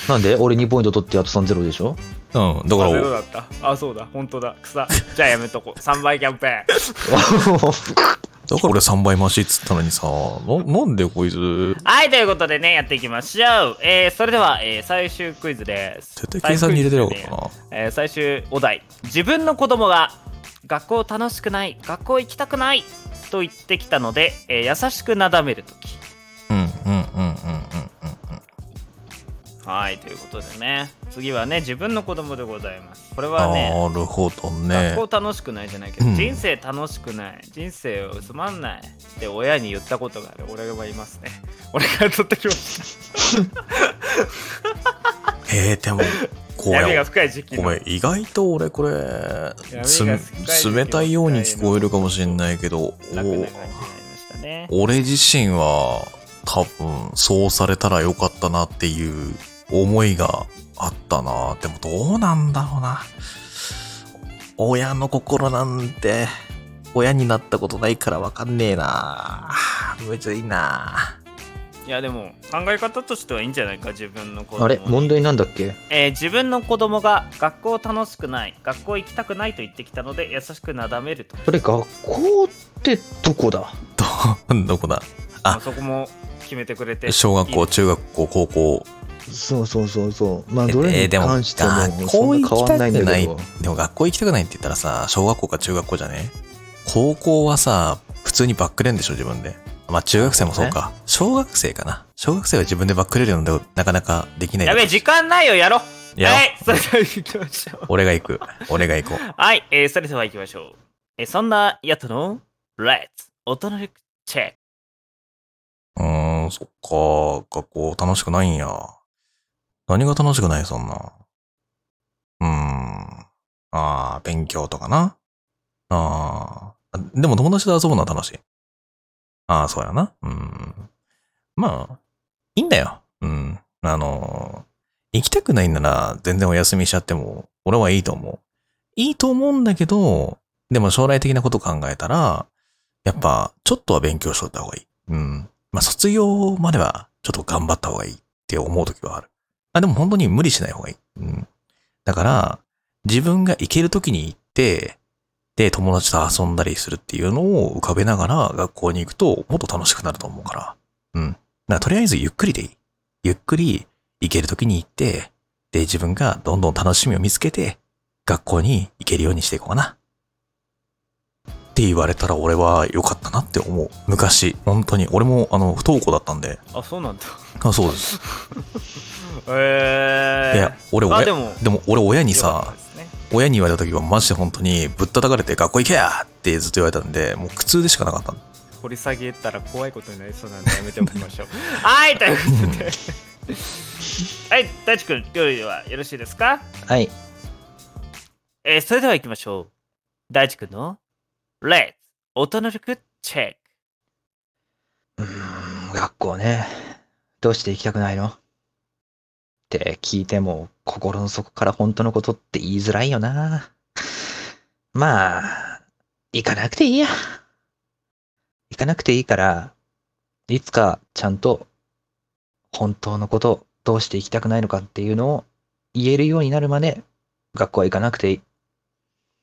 なんで俺2ポイント取ってあと3ゼロでしょ (laughs) うん、だかあ、ゼロら、だった。あ、そうだ、本当だ、草。じゃあやめとこう。3倍キャンペーンだから俺3倍増しっつったのにさ、ななんでこいつ、はい、ということでね、やっていきましょう。えー、それでは、えー、最終クイズです。絶対計算に入れてなかっ最終クイズたでねな。えー最終お題自分の子供が学校楽しくない学校行きたくないと言ってきたので、えー優しくなだめる時うんうんうんうんうんうんはいということでね次はね自分の子供でございますこれはねなるほどね。学校楽しくないじゃないけど、うん人生楽しくない人生をつまんないって親に言ったことがある俺はいますね俺から取ってきましたえー、でも、こ闇れが、深い時期ごのめん、意外と俺これ、つ闇が深い冷たいように聞こえるかもしれないけど、楽な感じになりましたねお俺自身は多分そうされたらよかったなっていう思いがあったな。でもどうなんだろうな。親の心なんて、親になったことないからわかんねえな。むずいな。いやでも考え方としてはいいんじゃないか自分の子供あれ問題なんだっけえー自分の子供が学校楽しくない学校行きたくないと言ってきたので優しくなだめるとそれ学校ってどこだ (laughs) ど、どこだあまあそこも決めてくれて小学い校、い中学校、高校。そうそうそうそうまあえどれえにでも関しても学そ校んな変行きわたんくなないいんだけどでも学校行きたくないって言ったらさ、小学校か中学校じゃね高校はさ、普通にバックレんでしょ、自分で。まあ中学生もそうか。小学生かな。小学生は自分でバックれるのでなかなかできない。やべえ時間ないよやろうやろうはいそれでは行きましょう俺が行く。俺が行こう。はい、えーそれでは行きましょう、えーそんなやとのレッツ大人力チェックうーん、そっか。学校楽しくないんや。何が楽しくないそんな。うーん。ああ、勉強とかな。あーあ。でも友達と遊ぶのは楽しい。ああ、そうやな。うん。まあ、いいんだよ。うん。あの、行きたくないんなら全然お休みしちゃっても、俺はいいと思う。いいと思うんだけど、でも将来的なこと考えたら、やっぱ、ちょっとは勉強しといた方がいい。うん。まあ、卒業までは、ちょっと頑張った方がいいって思う時はある。あ、でも本当に無理しない方がいい。うん。だから、自分が行ける時に行って、で、友達と遊んだりするっていうのを浮かべながら学校に行くと、もっと楽しくなると思うから。うん。だからとりあえずゆっくりでいい。ゆっくり行ける時に行って、で、自分がどんどん楽しみを見つけて、学校に行けるようにしていこうかな。って言われたら俺は良かったなって思う。昔、本当に。俺も、あの、不登校だったんで。あそうなんだあ、そうです。えー、いや、俺、あ親、ででもも俺、親によかったさで、すね親に言われた時はマジで本当に、ぶったたかれて学校行けやってずっと言われたんで、もう苦痛でしかなかった。掘り下げたら怖いことになりそうなんでやめておきましょう (laughs) はいということではい大地君料理はよろしいですかはいえーそれでは行きましょう。大地君の Let's 大人力チェック。うーん学校ねどうして行きたくないのって聞いても心の底から本当のことって言いづらいよなまあ行かなくていいや行かなくていいからいつかちゃんと本当のことどうして行きたくないのかっていうのを言えるようになるまで学校は行かなくていい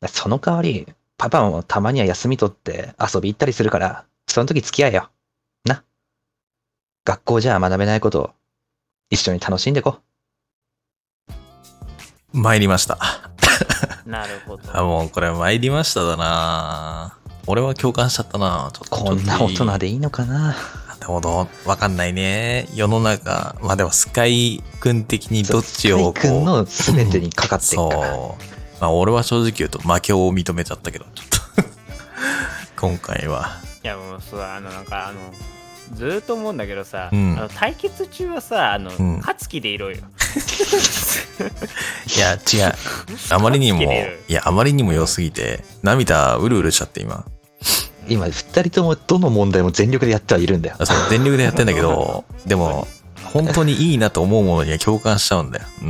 その代わりパパもたまには休み取って遊び行ったりするからその時付き合えよ学校じゃ学べないことを一緒に楽しんでこ (laughs) 参りました。なるほど。あ、もうこれ参りましただな俺は共感しちゃったなちょっと。こんな大人でいいのかなでもどう、わかんないね。世の中、まあでもスカイ君的にどっちをこう。スカイ君の全てにかかってっからそう。まあ俺は正直言うと負けを認めちゃったけど、ちょっと。 (laughs) 今回は。いやもうそうあのなんかあのずーっと思うんだけどさ、うんあの対決中はさあの、ん勝つ気でいろよ。いや、違う。あまりにも、好きいでや、あまりにも良すぎて、涙うるうるしちゃって今。今二人ともどの問題も全力でやってはいるんだよそう全力でやってんだけ (laughs) ど、でも、本当にいいなと思うものには共感しちゃうんだよ。うん。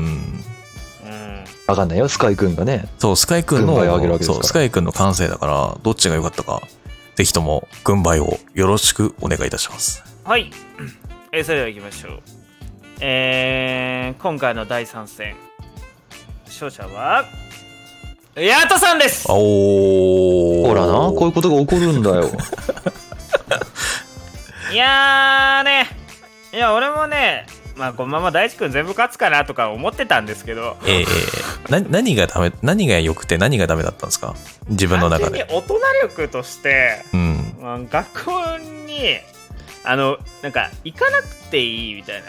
うん。わかんないよスカイ君がねそう、スカイ君の軍配を上げるわけですそかう、らスカイ君の感性だから、どっちが良かったか、ぜひとも軍配をよろしくお願いいたします。はい。 (clears throat) えーそれでは行きましょう。えー、今回の第3戦勝者はヤトさんです。あおー。 (laughs) ほらなこういうことが起こるんだよいやーね、いや、俺もね、まあ、このまま大地君全部勝つかなとか思ってたんですけど、ええええな何がダメ何が良くて何がダメだったんですか自分の中単純でに大人力として、うんまあ学校に、あの、なんか、行かなくていいみたいな。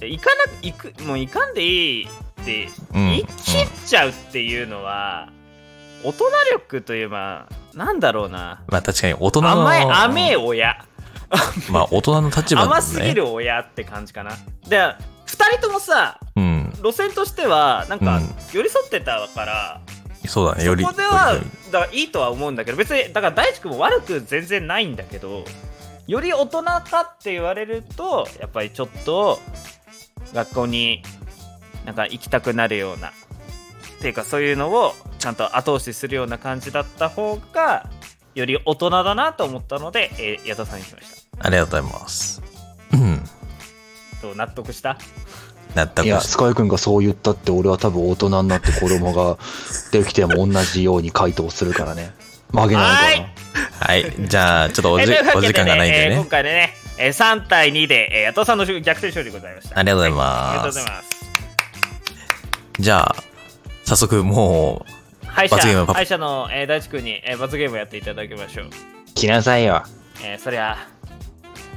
で行かなく、行く、もう行かんでいいって、うん言い切っちゃうっていうのは、大人力といえば、なんだろうな。まあ確かに大人の甘え、甘え親。まあ大人の立場だもんね甘すぎる親って感じかな。で、2人ともさ、うん路線としては、なんかうん、寄り添ってたから、そうだねよそりこではより、だからいいとは思うんだけど、別に、だから大地君も悪く全然ないんだけど、より大人かって言われると、やっぱりちょっと、学校に、なんか行きたくなるような、っていうかそういうのを、ちゃんと後押しするような感じだった方が、より大人だなと思ったので、えー矢田さんにしましありがとうございますうんた。どう納得した納得いや、しスカイ君がそう言ったって、俺は多分大人になって子供が (laughs) できても同じように回答するからね。曲げないからな。はいじゃあちょっとおえじというわけでお時間がないんでえーね今回でね、えー3対2で、えー、ヤトさんの逆転勝利でございました。ありがとうございあまりがとうございすます。じゃあ早速も敗罰ゲーム者、は敗者の、えー、大地君に、えー罰ゲームをやっていただきましょう。来なさいよ。えーそりゃ、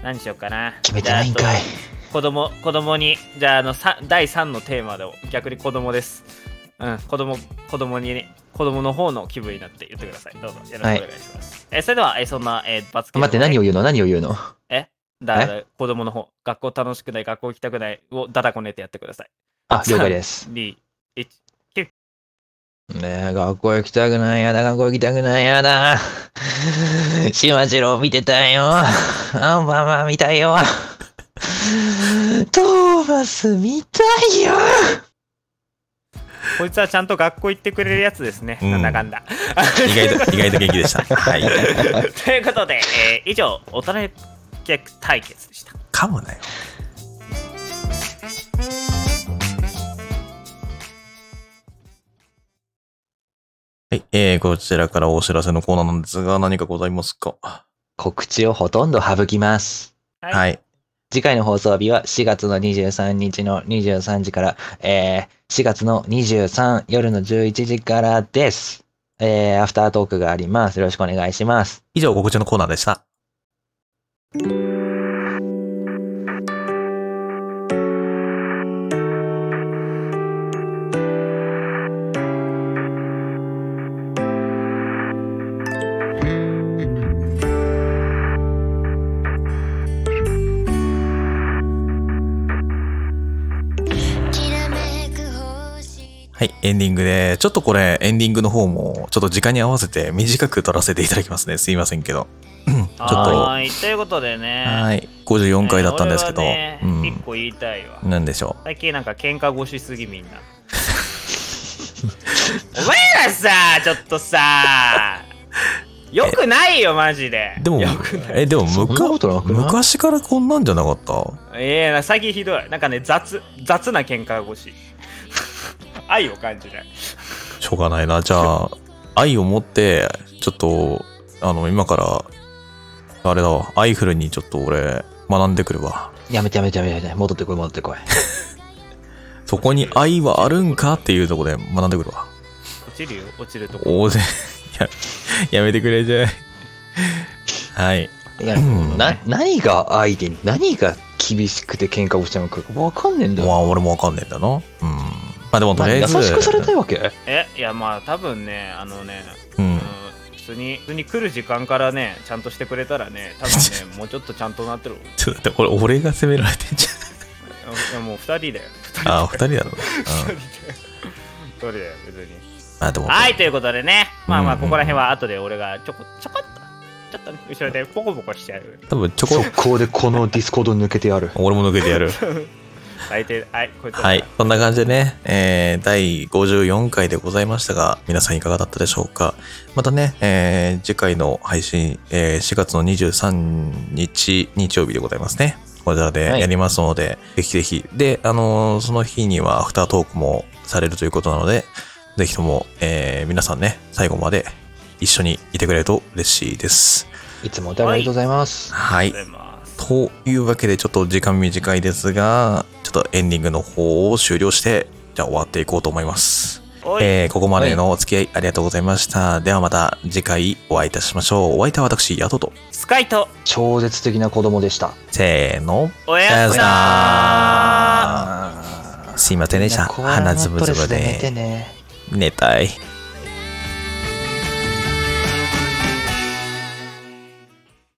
何しようかな。決めてないんかいじゃ。あ。あと子供、子供に、じゃあ、あの、さ第3のテーマで、逆に子供です。うん、子供、子供に、ね、子供の方の気分になって言ってください。どうぞ、よろしくお願いします。えーそれでは、えーそんな、えー罰ゲームをね。待って、何を言うの何を言うのえだから子供の方、学校楽しくない、学校行きたくないをだだこねてやってください。あ、了解です。 D、H、ねえ、学校行きたくない、やだ、学校行きたくない、やだ。しまじろう見てたいよ。アンパンマン見たいよ。トーマス見たいよ。こいつはちゃんと学校行ってくれるやつですね、うんなんだか (laughs) んだ。う意外 (laughs) と意外と元気でしたはいということで、えー以上、大人客対決でした。噛むなよはい、えー、こちらからお知らせのコーナーなんですが、何かございますかは告知をほとんど省きます。い、い。次回の放送日は4月の23日の23時から、えー、4月の23夜の11時からです。えー、アフタートークがあります。よろしくお願いします。以上、告知のコーナーでした。きらめく星はい、エンディングで、ちょっとこれ、エンディングの方も、ちょっと時間に合わせて短く撮らせていただきますね。すいませんけど。うんちょっと、ははーい。ということでね、い、54回だったんですけど、えー俺うはね、一ん、個言いたいわ。なんでしょ最近なんか喧嘩越しすぎみん (laughs) な。お前らさ、ちょっ (laughs) とさ、よくないよ、マジでう。。でもよく、ない。え、でも、そんむなかことなくない昔からこんなんじゃなかったええな最近ひどい。なんかね、雑、雑な喧嘩 (laughs) 越し。愛を感じない。しょうがないな。じゃあ、愛を持って、ちょっと、あの、今から、あれだわ、アイフルにちょっと俺、学んでくるわ。やめてやめてやめてやめて。戻ってこい、戻ってこい。そこに愛はあるんかっていうところで学んでくるわ。落ちるよ、落ちるとこ。大勢、や、やめてくれじゃい。はい。いや、な、何が相手に、何が厳しくて喧嘩をしたのか、わかんねえんだまよ。あ、俺もわかんねえんだな。うん。まあ、でもとりあ何え優ず、しくされたいわけえ、いや、まあ、多分ね、あのね、うんあ。の普通に、普通に来る時間からね、ちゃんとしてくれたらね、多分ね、 (laughs) もうちょっとちゃんとなってる。いちょっと待って、これ、俺が責められてんじや、もう二人だよ。ゃん。あ、二人だろうね。うん。二人だよ、別に。まあ、でも、はい、ということでね、まあまあ、うんここら辺は後で俺がちょこ、ちょこっと、ちょっとね、後ろでポコポコしちゃう。多分、チョコ、速攻でこのディスコード抜けてやる。俺も抜けてやる。大抵、はい、こいつらはい。そんな感じでね、えー、第54回でございましたが、皆さんいかがだったでしょうか。またね、えー、次回の配信、えー、4月の23日、日曜日でございますね。こちらでやりますので、ぜひぜひ。で、あのーその日にはアフタートークもされるということなので、ぜひとも、えー、皆さんね、最後まで一緒にいてくれると嬉しいです。 (laughs) いつもお互いありがとうございます。はありいが。とうございます。とというわけでちょっと時間短いですが、ちょっとエンディングの方を終了して、じゃあ終わっていこうと思います。おい、えーここまでのお付き合いありがとうございました。ではまた次回お会いいたしましょう。お相手は私、ヤトと。スカイと超絶的な子供でした。せーの。おやすなーすいませんでした。みんなコアラ鼻のつぶつぶドレスで寝てで。ね。寝たい。